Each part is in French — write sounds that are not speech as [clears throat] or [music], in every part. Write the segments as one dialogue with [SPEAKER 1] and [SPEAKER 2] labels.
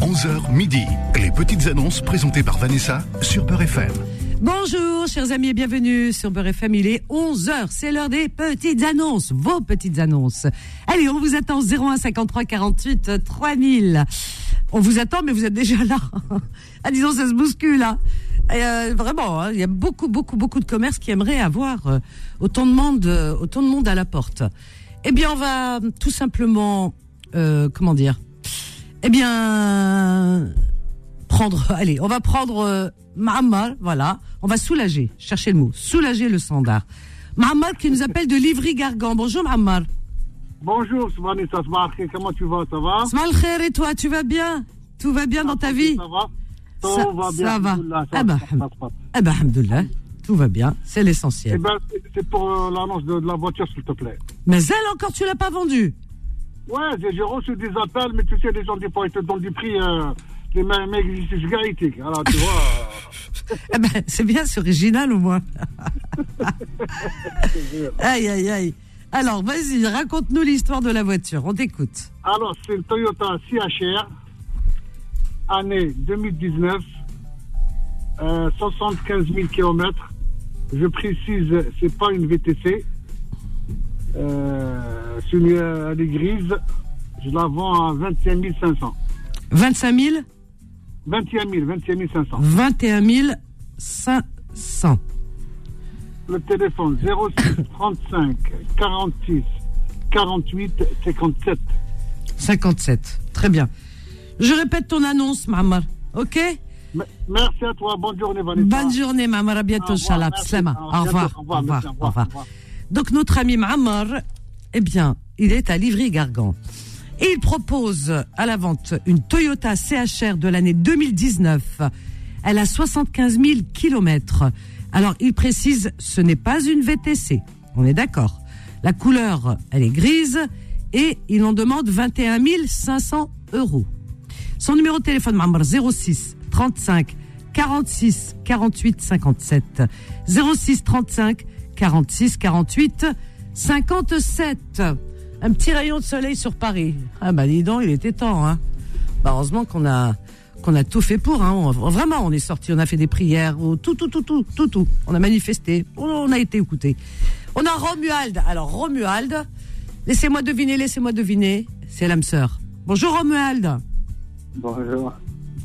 [SPEAKER 1] 11h midi. Les petites annonces présentées par Vanessa sur Peur FM.
[SPEAKER 2] Bonjour, chers amis, et bienvenue sur Beurre FM. Il est 11h, c'est l'heure des petites annonces, vos petites annonces. Allez, on vous attend 01 53 48 3000. On vous attend, mais vous êtes déjà là. [laughs] Ah, disons, ça se bouscule, hein. Et, euh, vraiment, hein, il y a beaucoup, beaucoup, beaucoup de commerces qui aimeraient avoir euh, autant, de monde, euh, autant de monde à la porte. Eh bien, on va euh, tout simplement, euh, comment dire Eh bien, prendre. [laughs] Allez, on va prendre euh, Mahamar, voilà. On va soulager, chercher le mot, soulager le standard. Mahamar qui nous appelle de Livry-Gargan. Bonjour Mahamar.
[SPEAKER 3] Bonjour, Soumani, ça se marche. Comment tu vas Ça va
[SPEAKER 2] Smal Khair et toi, tu vas bien Tout va bien dans ta vie
[SPEAKER 3] Ça va
[SPEAKER 2] Ça- ça va.
[SPEAKER 3] Alhamdoulilah,
[SPEAKER 2] Ah bah,
[SPEAKER 3] ça se passe.
[SPEAKER 2] Eh ben, Alhamdoulilah, tout va bien, c'est
[SPEAKER 3] Eh
[SPEAKER 2] l'essentiel.
[SPEAKER 3] ben, c'est- c'est pour euh, l'annonce de, de la voiture, s'il te plaît.
[SPEAKER 2] Mais elle encore, tu l'as pas vendue
[SPEAKER 3] Ouais, j'ai j'ai reçu des appels, mais tu sais, les gens, des fois, ils te donnent du prix. euh, les mecs, mecs, ils disent, je garantis. Alors, tu vois,
[SPEAKER 2] [laughs] Eh ben, c'est bien, c'est original
[SPEAKER 3] [laughs]
[SPEAKER 2] au moins. aïe, aïe, aïe. Alors, vas-y, raconte-nous l'histoire de la voiture, on t'écoute.
[SPEAKER 3] euh, alors, c'est une Toyota CHR, année 2019, euh, 75 000 km. Je précise, c'est pas une VTC. Euh, c'est une- elle est grise. Je la vends à 25 500.
[SPEAKER 2] 25 000
[SPEAKER 3] 21 000, 21 500.
[SPEAKER 2] 21 500.
[SPEAKER 3] Le téléphone 06 35 46 48 57.
[SPEAKER 2] 57. Très bien. Je répète ton annonce, Mamar. Ok
[SPEAKER 3] Me- Merci à toi, bonne journée Vanessa.
[SPEAKER 2] Bonne journée, Mamar. À
[SPEAKER 3] Au
[SPEAKER 2] bientôt,
[SPEAKER 3] revoir,
[SPEAKER 2] Inch'Allah.
[SPEAKER 3] merci.
[SPEAKER 2] Slama.
[SPEAKER 3] Au revoir,
[SPEAKER 2] Au revoir.
[SPEAKER 3] au
[SPEAKER 2] Au
[SPEAKER 3] revoir,
[SPEAKER 2] revoir.
[SPEAKER 3] merci, au
[SPEAKER 2] Au
[SPEAKER 3] revoir,
[SPEAKER 2] revoir.
[SPEAKER 3] au revoir.
[SPEAKER 2] Donc, notre ami Mamar, eh bien, il est à Livry-Gargan. Et il propose à la vente une Toyota CHR de l'année 2019. Elle a 75 000 kilomètres. Alors, il précise, ce n'est pas une VTC. On est d'accord. La couleur, elle est grise et il en demande 21 500 euros. Son numéro de téléphone, Mamar, 06 35 46 48 57. 06 35 46 48 57. Un petit rayon de soleil sur Paris. Ah bah dis donc, il était temps. Hein. Bah, heureusement qu'on a qu'on a tout fait pour. Hein. On- vraiment, on est sorti, on a fait des prières, on- tout, tout, tout, tout, tout, tout. On a manifesté, on, on a été écouté. On a Romuald. Alors Romuald, laissez-moi deviner, laissez-moi deviner. C'est l'âme sœur. Bonjour Romuald.
[SPEAKER 4] Bonjour,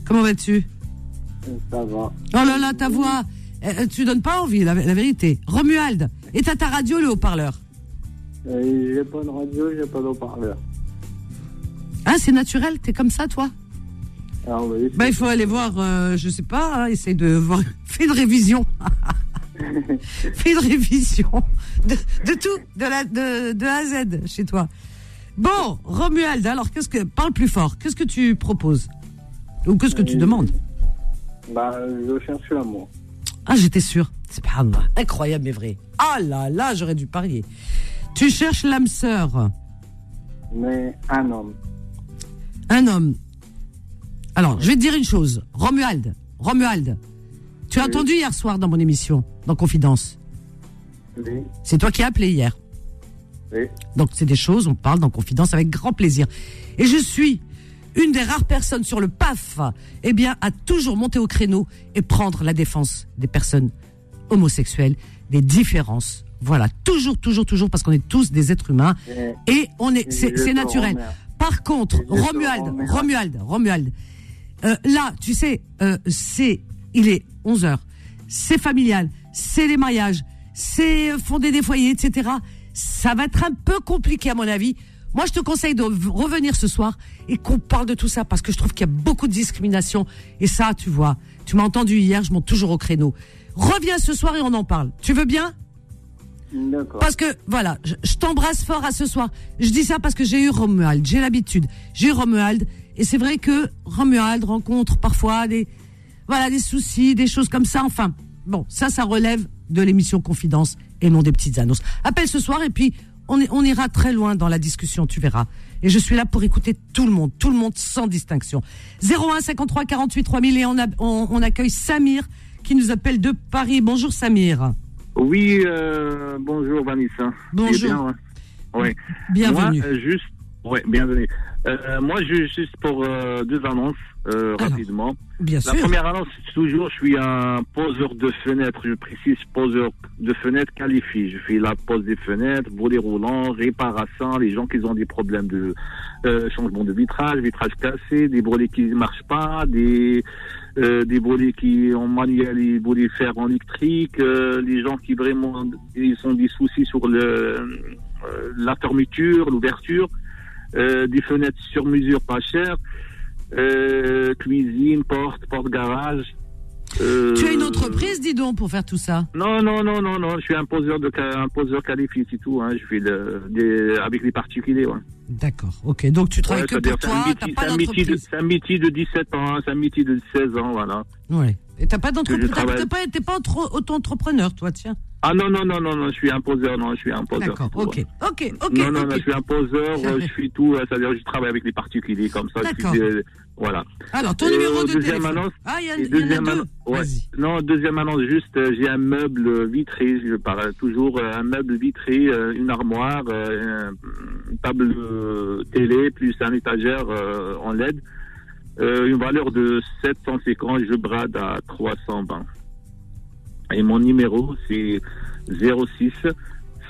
[SPEAKER 2] Comment vas-tu
[SPEAKER 4] ça va.
[SPEAKER 2] Oh là là, ta voix, euh, tu donnes pas envie, la, la vérité. Romuald, éteins ta radio, le haut-parleur.
[SPEAKER 4] Euh, j'ai pas de radio, j'ai pas d'eau-parleur.
[SPEAKER 2] Hein, c'est naturel, t'es comme ça, toi
[SPEAKER 4] Ah oui,
[SPEAKER 2] Bah, il faut aller voir, euh, je sais pas, hein, essaye de voir. [laughs] Fais une révision. [laughs] Fais une révision de, de tout, de, la, de, de A à Z chez toi. Bon, Romuald, alors qu'est-ce que. Parle plus fort, qu'est-ce que tu proposes Ou qu'est-ce que tu
[SPEAKER 4] Euh,
[SPEAKER 2] demandes
[SPEAKER 4] bah, je cherche l'amour.
[SPEAKER 2] Ah, j'étais sûr. Subhanallah. Incroyable, mais vrai. Ah là là, j'aurais dû parier. Tu cherches l'âme sœur.
[SPEAKER 4] Mais un homme.
[SPEAKER 2] un homme. Alors, je vais te dire une chose. Romuald, Romuald, tu as
[SPEAKER 4] Oui.
[SPEAKER 2] entendu hier soir dans mon émission, dans Confidence.
[SPEAKER 4] Oui,
[SPEAKER 2] C'est toi qui as appelé hier.
[SPEAKER 4] oui.
[SPEAKER 2] Donc, c'est des choses, on parle dans Confidence avec grand plaisir. Et je suis une des rares personnes sur le PAF, eh bien, à toujours monter au créneau et prendre la défense des personnes homosexuelles, des différences. Voilà, toujours, toujours, toujours, parce qu'on est tous des êtres humains
[SPEAKER 4] Et
[SPEAKER 2] et on est, c'est
[SPEAKER 4] je
[SPEAKER 2] c'est
[SPEAKER 4] te
[SPEAKER 2] naturel.
[SPEAKER 4] remercie.
[SPEAKER 2] Par contre,
[SPEAKER 4] Et je te
[SPEAKER 2] Romuald,
[SPEAKER 4] remercie.
[SPEAKER 2] Romuald, Romuald, euh, là, tu sais, euh, c'est, il est 11 heures, c'est familial, c'est les mariages, c'est euh, fonder des foyers, etc. Ça va être un peu compliqué à mon avis. Moi, je te conseille de v- revenir ce soir et qu'on parle de tout ça parce que je trouve qu'il y a beaucoup de discrimination. Et ça, tu vois, tu m'as entendu hier, je monte toujours au créneau. Reviens ce soir et on en parle. Tu veux bien
[SPEAKER 4] D'accord.
[SPEAKER 2] parce que voilà, je, je t'embrasse fort à ce soir. Je dis ça parce que j'ai eu Romuald, j'ai l'habitude, j'ai eu Romuald, et c'est vrai que Romuald rencontre parfois des voilà des soucis, des choses comme ça. Enfin, bon, ça, ça relève de l'émission Confidence et non des petites annonces. Appelle ce soir et puis on, est- on ira très loin dans la discussion, tu verras. Et je suis là pour écouter tout le monde, tout le monde sans distinction. 01 53 48 3000 et on, a- on- on accueille Samir qui nous appelle de Paris. Bonjour Samir.
[SPEAKER 5] Oui, euh, bonjour Vanessa.
[SPEAKER 2] Bonjour.
[SPEAKER 5] Eh bien, ouais. Ouais.
[SPEAKER 2] Bienvenue.
[SPEAKER 5] Moi, euh, juste, Oui, bienvenue. Euh, moi, je juste pour euh, deux annonces euh,
[SPEAKER 2] Alors,
[SPEAKER 5] rapidement.
[SPEAKER 2] Bien
[SPEAKER 5] La
[SPEAKER 2] sûr.
[SPEAKER 5] première annonce, c'est toujours, je suis un poseur de fenêtres. Je précise poseur de fenêtres qualifié. Je fais la pose des fenêtres, brûlés roulants, réparation, les gens qui ont des problèmes de euh, changement de vitrage, vitrage cassé, des brûlés qui ne marchent pas, des euh, des brûlés qui ont manuel, des brûlés fer en électrique, euh, les gens qui vraiment ils ont des soucis sur le euh, la fermeture, l'ouverture, euh, des fenêtres sur mesure pas chères, euh, cuisine, porte, porte-garage. euh,
[SPEAKER 2] Tu as une entreprise, dis donc, pour faire tout ça
[SPEAKER 5] Non, non, non, non, non. Je suis un poseur de ca- un poseur qualifié, c'est tout. Hein. Je fais le- des- avec les particuliers. Ouais.
[SPEAKER 2] D'accord, ok. Donc tu travailles
[SPEAKER 5] Ouais,
[SPEAKER 2] que
[SPEAKER 5] c'est-à-dire,
[SPEAKER 2] pour
[SPEAKER 5] c'est un
[SPEAKER 2] toi,
[SPEAKER 5] métier-
[SPEAKER 2] t'as pas
[SPEAKER 5] c'est un métier de-
[SPEAKER 2] d'entreprise.
[SPEAKER 5] C'est un métier de 17 ans, hein, c'est un métier de 16 ans, voilà.
[SPEAKER 2] Ouais. Et t'as pas
[SPEAKER 5] Que
[SPEAKER 2] d'entreprise,
[SPEAKER 5] je
[SPEAKER 2] t'as-
[SPEAKER 5] travaille.
[SPEAKER 2] t'as pas, t'es pas entre- auto-entrepreneur, toi, tiens.
[SPEAKER 5] Ah non, non, non, non, non, je suis un poseur, non, je suis un poseur.
[SPEAKER 2] D'accord,
[SPEAKER 5] c'est tout,
[SPEAKER 2] ok,
[SPEAKER 5] ouais.
[SPEAKER 2] ok, ok,
[SPEAKER 5] non, non, non, je
[SPEAKER 2] ok.
[SPEAKER 5] suis un poseur, euh, je suis tout, euh, c'est-à-dire je travaille avec les particuliers comme ça. je suis
[SPEAKER 2] D'accord.
[SPEAKER 5] des- euh, voilà.
[SPEAKER 2] Alors, ton
[SPEAKER 5] Euh,
[SPEAKER 2] numéro de
[SPEAKER 5] deuxième
[SPEAKER 2] téléphone.
[SPEAKER 5] annonce.
[SPEAKER 2] ah, il y, a-
[SPEAKER 5] Et
[SPEAKER 2] il y en a
[SPEAKER 5] deuxième
[SPEAKER 2] deux.
[SPEAKER 5] annonce- ouais.
[SPEAKER 2] Vas-y.
[SPEAKER 5] Non, deuxième annonce, juste, euh, j'ai un meuble euh, vitré, je parle toujours, euh, un meuble vitré, euh, une armoire, euh, un- une table euh, télé, plus un étagère euh, en LED, euh, une valeur de 750, je brade à 320. Et mon numéro, c'est 06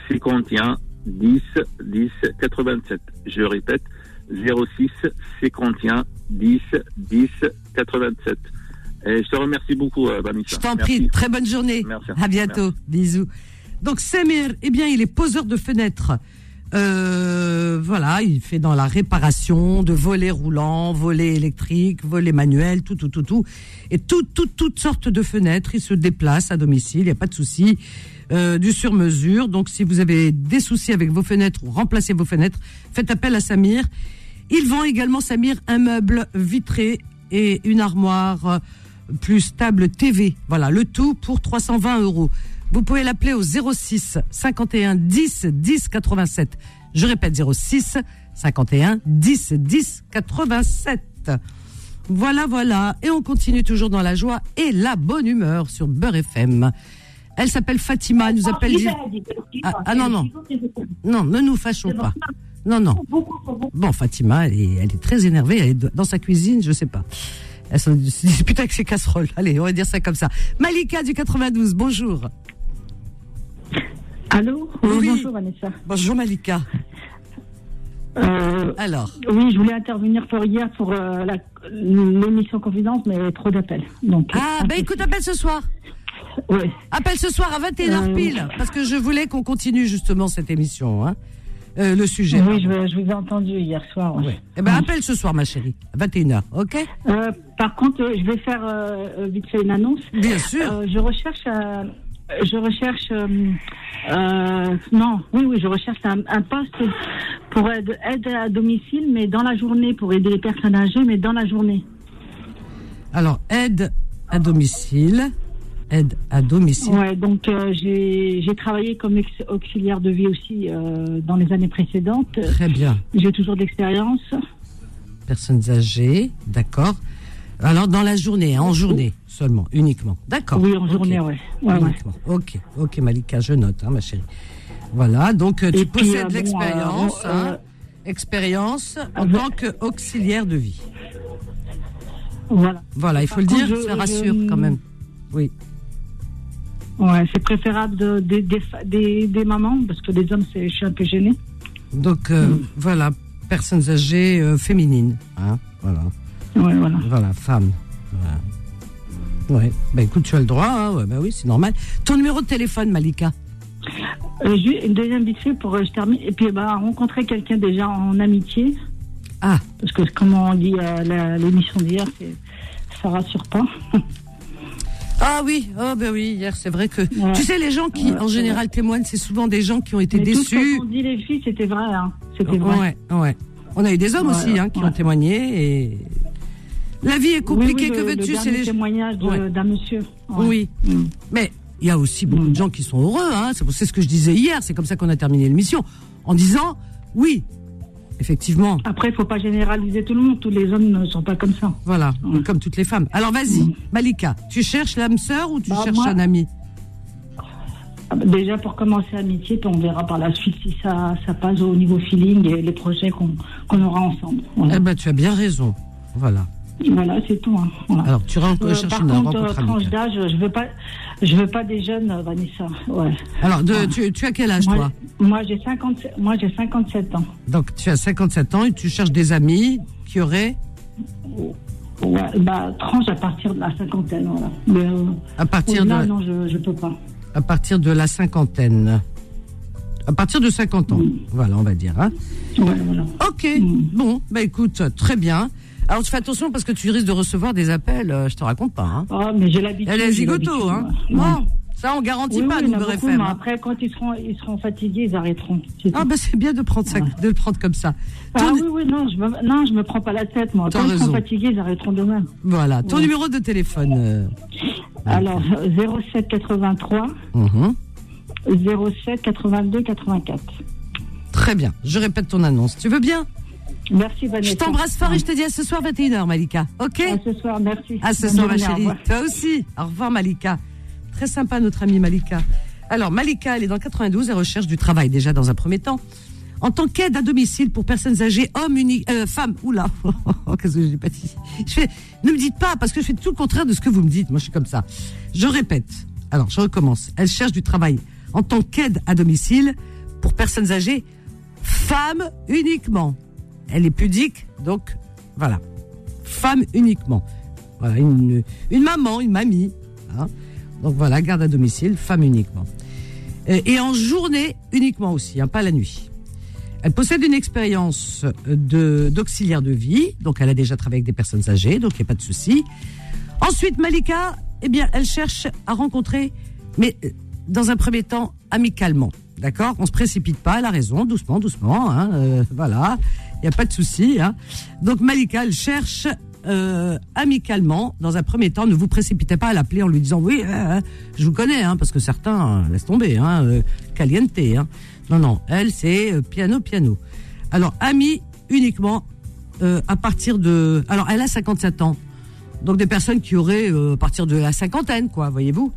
[SPEAKER 5] 51 10 10 87. Je répète, 06 51 10 10 87. Et je te remercie beaucoup, euh, Vanessa.
[SPEAKER 2] Je t'en
[SPEAKER 5] Merci.
[SPEAKER 2] prie, très bonne journée.
[SPEAKER 5] Merci.
[SPEAKER 2] À bientôt, bisous. Donc Samir, eh bien, il est poseur de fenêtres. Euh, voilà, il fait dans la réparation de volets roulants, volets électriques, volets manuels, tout, tout, tout, tout. Et tout, tout, toutes sortes de fenêtres. Il se déplace à domicile, il n'y a pas de souci. Euh, du sur-mesure. Donc, si vous avez des soucis avec vos fenêtres ou remplacez vos fenêtres, faites appel à Samir. Il vend également, Samir, un meuble vitré et une armoire euh, plus table TV. Voilà, le tout pour 320 euros. Vous pouvez l'appeler au 06 51 10 10 87. Je répète, 06 51 10 10 87. Voilà, voilà. Et on continue toujours dans la joie et la bonne humeur sur Beurre FM. Elle s'appelle Fatima, Ah, elle
[SPEAKER 6] Ah,
[SPEAKER 2] nous appelle... dire- Ah, ah, non, non. Non, ne nous fâchons pas. Non, non. Bon, Fatima, elle est, elle est très énervée. Elle est dans sa cuisine, je sais pas. Elle se dit [laughs] putain que c'est casserole. Allez, on va dire ça comme ça. Malika du 92, bonjour.
[SPEAKER 6] Allô
[SPEAKER 2] Oui.
[SPEAKER 6] Bonjour Vanessa.
[SPEAKER 2] Bonjour Malika.
[SPEAKER 6] Euh,
[SPEAKER 2] Alors,
[SPEAKER 6] oui, je voulais intervenir pour hier pour euh, la- l'émission Confidence, mais trop d'appels. Donc,
[SPEAKER 2] ah bah écoute, appelle ce soir.
[SPEAKER 6] ouais.
[SPEAKER 2] Appelle ce soir à 21h
[SPEAKER 6] Euh,
[SPEAKER 2] pile, parce que je voulais qu'on continue justement cette émission, hein. Euh, le sujet.
[SPEAKER 6] Oui, je, je vous ai entendu hier soir. ouais.
[SPEAKER 2] Ouais. Eh ben appelle ce soir ma chérie, à 21h, ok
[SPEAKER 6] Euh, par contre, euh, je vais faire euh, euh, vite fait une annonce.
[SPEAKER 2] Bien sûr.
[SPEAKER 6] Euh, je recherche. euh, je recherche. euh, euh, non, oui, oui, je recherche un, un poste pour aide, aide à domicile, mais dans la journée, pour aider les personnes âgées, mais dans la journée.
[SPEAKER 2] Alors, aide à domicile. Aide à domicile.
[SPEAKER 6] Ouais, donc euh, j'ai j'ai travaillé comme ex- auxiliaire de vie aussi euh, dans les années précédentes.
[SPEAKER 2] Très bien.
[SPEAKER 6] J'ai toujours de l'expérience.
[SPEAKER 2] Personnes âgées, d'accord. Alors, dans la journée, hein, en journée seulement, uniquement. D'accord.
[SPEAKER 6] Oui, en
[SPEAKER 2] Ok.
[SPEAKER 6] journée, ouais. Ouais, ouais.
[SPEAKER 2] Uniquement. Ok, ok, Malika, je note, hein, ma chérie. Voilà, donc euh, tu
[SPEAKER 6] Et puis,
[SPEAKER 2] possèdes
[SPEAKER 6] euh, bon,
[SPEAKER 2] l'expérience,
[SPEAKER 6] euh,
[SPEAKER 2] hein,
[SPEAKER 6] euh,
[SPEAKER 2] expérience en
[SPEAKER 6] je-
[SPEAKER 2] tant qu'auxiliaire de vie.
[SPEAKER 6] Voilà.
[SPEAKER 2] Voilà, il faut
[SPEAKER 6] Par
[SPEAKER 2] le dire,
[SPEAKER 6] contre, je-
[SPEAKER 2] ça rassure
[SPEAKER 6] je-
[SPEAKER 2] quand même. Oui,
[SPEAKER 6] Ouais, c'est préférable de- des- des fa- des, des mamans, parce que des hommes, c'est- je suis un peu gênée.
[SPEAKER 2] donc euh, voilà, personnes âgées euh, féminines. hein, voilà.
[SPEAKER 6] Ouais, voilà.
[SPEAKER 2] Voilà, femme. Voilà. Ouais. Bah écoute, tu as le droit, hein. Ouais, bah oui, c'est normal. Ton numéro de téléphone, Malika
[SPEAKER 6] Euh, ju- une deuxième vite fait pour euh, je termine. Et puis bah, rencontrer quelqu'un déjà en amitié.
[SPEAKER 2] Ah.
[SPEAKER 6] Parce que comme on dit euh, la- l'émission d'hier, c'est- ça rassure
[SPEAKER 2] [laughs]
[SPEAKER 6] pas.
[SPEAKER 2] Ah oui, oh bah oui, hier, c'est vrai que.
[SPEAKER 6] Ouais.
[SPEAKER 2] Tu sais, les gens qui, en général, témoignent, c'est souvent des gens qui ont été
[SPEAKER 6] Mais tout ce
[SPEAKER 2] déçus.
[SPEAKER 6] qu'on dit les filles, c'était vrai. hein. C'était vrai.
[SPEAKER 2] Ouais, ouais. On a eu des hommes
[SPEAKER 6] Voilà,
[SPEAKER 2] aussi hein, qui
[SPEAKER 6] ouais.
[SPEAKER 2] ont témoigné et. La vie est compliquée,
[SPEAKER 6] Oui, oui,
[SPEAKER 2] que
[SPEAKER 6] le-
[SPEAKER 2] veux-tu
[SPEAKER 6] Le
[SPEAKER 2] C'est
[SPEAKER 6] dernier
[SPEAKER 2] les.
[SPEAKER 6] témoignage de-
[SPEAKER 2] Ouais.
[SPEAKER 6] d'un monsieur. Ouais.
[SPEAKER 2] Oui.
[SPEAKER 6] Mm.
[SPEAKER 2] Mais il y a aussi beaucoup de gens qui sont heureux. Hein. C'est pour- C'est ce que je disais hier. C'est comme ça qu'on a terminé l'émission. En disant, oui, effectivement,
[SPEAKER 6] Après, il faut pas généraliser tout le monde. Tous les hommes ne sont pas comme ça.
[SPEAKER 2] Voilà,
[SPEAKER 6] Ouais.
[SPEAKER 2] comme toutes les femmes. Alors vas-y, Malika, tu cherches l'âme sœur ou tu
[SPEAKER 6] Mm. Bah,
[SPEAKER 2] cherches
[SPEAKER 6] moi-
[SPEAKER 2] un ami
[SPEAKER 6] Ah bah, Déjà pour commencer un métier, puis on verra par la suite si ça, ça passe au niveau feeling et les projets qu'on qu'on aura ensemble. Voilà,
[SPEAKER 2] Eh ben, tu as bien raison. Voilà.
[SPEAKER 6] Voilà, c'est tout. hein. Voilà.
[SPEAKER 2] Alors, tu rencontres,
[SPEAKER 6] Euh,
[SPEAKER 2] cherches
[SPEAKER 6] par
[SPEAKER 2] une
[SPEAKER 6] contre, euh,
[SPEAKER 2] rencontre
[SPEAKER 6] tranche
[SPEAKER 2] amicale.
[SPEAKER 6] d'âge, je veux pas, je veux pas des jeunes, euh, Vanessa. Ouais.
[SPEAKER 2] Alors, de- tu, tu as quel âge,
[SPEAKER 6] Moi,
[SPEAKER 2] toi
[SPEAKER 6] moi, j'ai 57, moi j'ai 57 ans.
[SPEAKER 2] Donc, tu as 57 ans et tu cherches des amis qui auraient,
[SPEAKER 6] Ouais, Bah, tranche à partir de la cinquantaine, voilà. Mais, euh,
[SPEAKER 2] à partir,
[SPEAKER 6] au-delà,
[SPEAKER 2] de,
[SPEAKER 6] non, je, je peux pas.
[SPEAKER 2] à partir de la cinquantaine. À partir de 50 ans. Voilà, on va dire. Hein.
[SPEAKER 6] Mm. Ouais, voilà. Mm.
[SPEAKER 2] Ok, bon, bah écoute, très bien. Alors, tu fais attention parce que tu risques de recevoir des appels, euh, je te raconte pas. Hein.
[SPEAKER 6] Ah, mais j'ai l'habitude.
[SPEAKER 2] Elle est
[SPEAKER 6] j'ai
[SPEAKER 2] zigoto,
[SPEAKER 6] l'habitude,
[SPEAKER 2] hein.
[SPEAKER 6] ouais.
[SPEAKER 2] Non, ça, on garantit
[SPEAKER 6] Oui, oui,
[SPEAKER 2] pas,
[SPEAKER 6] il y
[SPEAKER 2] nous,
[SPEAKER 6] en a
[SPEAKER 2] Beurre
[SPEAKER 6] beaucoup,
[SPEAKER 2] FM,
[SPEAKER 6] mais
[SPEAKER 2] hein.
[SPEAKER 6] après, quand ils seront, ils seront fatigués, ils arrêteront. c'est tout.
[SPEAKER 2] Ah, bah c'est bien de, prendre ça, de le prendre comme ça.
[SPEAKER 6] Ah
[SPEAKER 2] Ton-
[SPEAKER 6] oui, oui, non, je me, non, je me prends pas la tête, moi.
[SPEAKER 2] T'as
[SPEAKER 6] Quand ils seront
[SPEAKER 2] raison.
[SPEAKER 6] fatigués, ils arrêteront demain.
[SPEAKER 2] Voilà, ton numéro de téléphone. euh,
[SPEAKER 6] Alors, euh, 07 83
[SPEAKER 2] mhm.
[SPEAKER 6] 07 82 84.
[SPEAKER 2] Très bien, je répète ton annonce. Tu veux bien
[SPEAKER 6] Merci, Vanessa.
[SPEAKER 2] Je t'embrasse fort et je te dis à ce soir 21h, Malika. Ok
[SPEAKER 6] À ce soir, merci.
[SPEAKER 2] À ce
[SPEAKER 6] Bonne
[SPEAKER 2] soir,
[SPEAKER 6] journée, au
[SPEAKER 2] ma chérie.
[SPEAKER 6] revoir.
[SPEAKER 2] Toi aussi. Au revoir, Malika. Très sympa, notre amie Malika. Alors, Malika, elle est dans le 92, elle recherche du travail déjà dans un premier temps. En tant qu'aide à domicile pour personnes âgées, hommes uniques, euh, femmes, oula, [laughs] Oh, qu'est-ce que j'ai pas dit je fais, Ne me dites pas, parce que je fais tout le contraire de ce que vous me dites, moi je suis comme ça. Je répète, alors je recommence, elle cherche du travail en tant qu'aide à domicile pour personnes âgées, femmes uniquement. Elle est pudique, donc voilà femme uniquement. Voilà, une, une maman, une mamie. hein. Donc voilà, garde à domicile, femme uniquement. Euh, Et, en journée uniquement aussi, hein, pas la nuit. Elle possède une expérience de- d'auxiliaire de, vie, donc elle a déjà travaillé avec des personnes âgées, donc il n'y a pas de souci. Ensuite, Malika, eh bien, elle cherche à rencontrer, mais euh, dans un premier temps, amicalement. D'accord On se précipite pas, elle a raison, doucement, doucement. Hein, euh, voilà, il n'y a pas de souci. Hein. Donc, Malika, elle cherche euh, amicalement, dans un premier temps. Ne vous précipitez pas à l'appeler en lui disant Oui, euh, euh, je vous connais, hein, parce que certains, euh, laisse tomber, hein, euh, caliente. Hein. Non, non, elle, c'est euh, piano, piano. Alors, ami uniquement euh, à partir de. Alors, elle a 57 ans. Donc des personnes qui auraient euh, à partir de la cinquantaine, quoi, voyez-vous.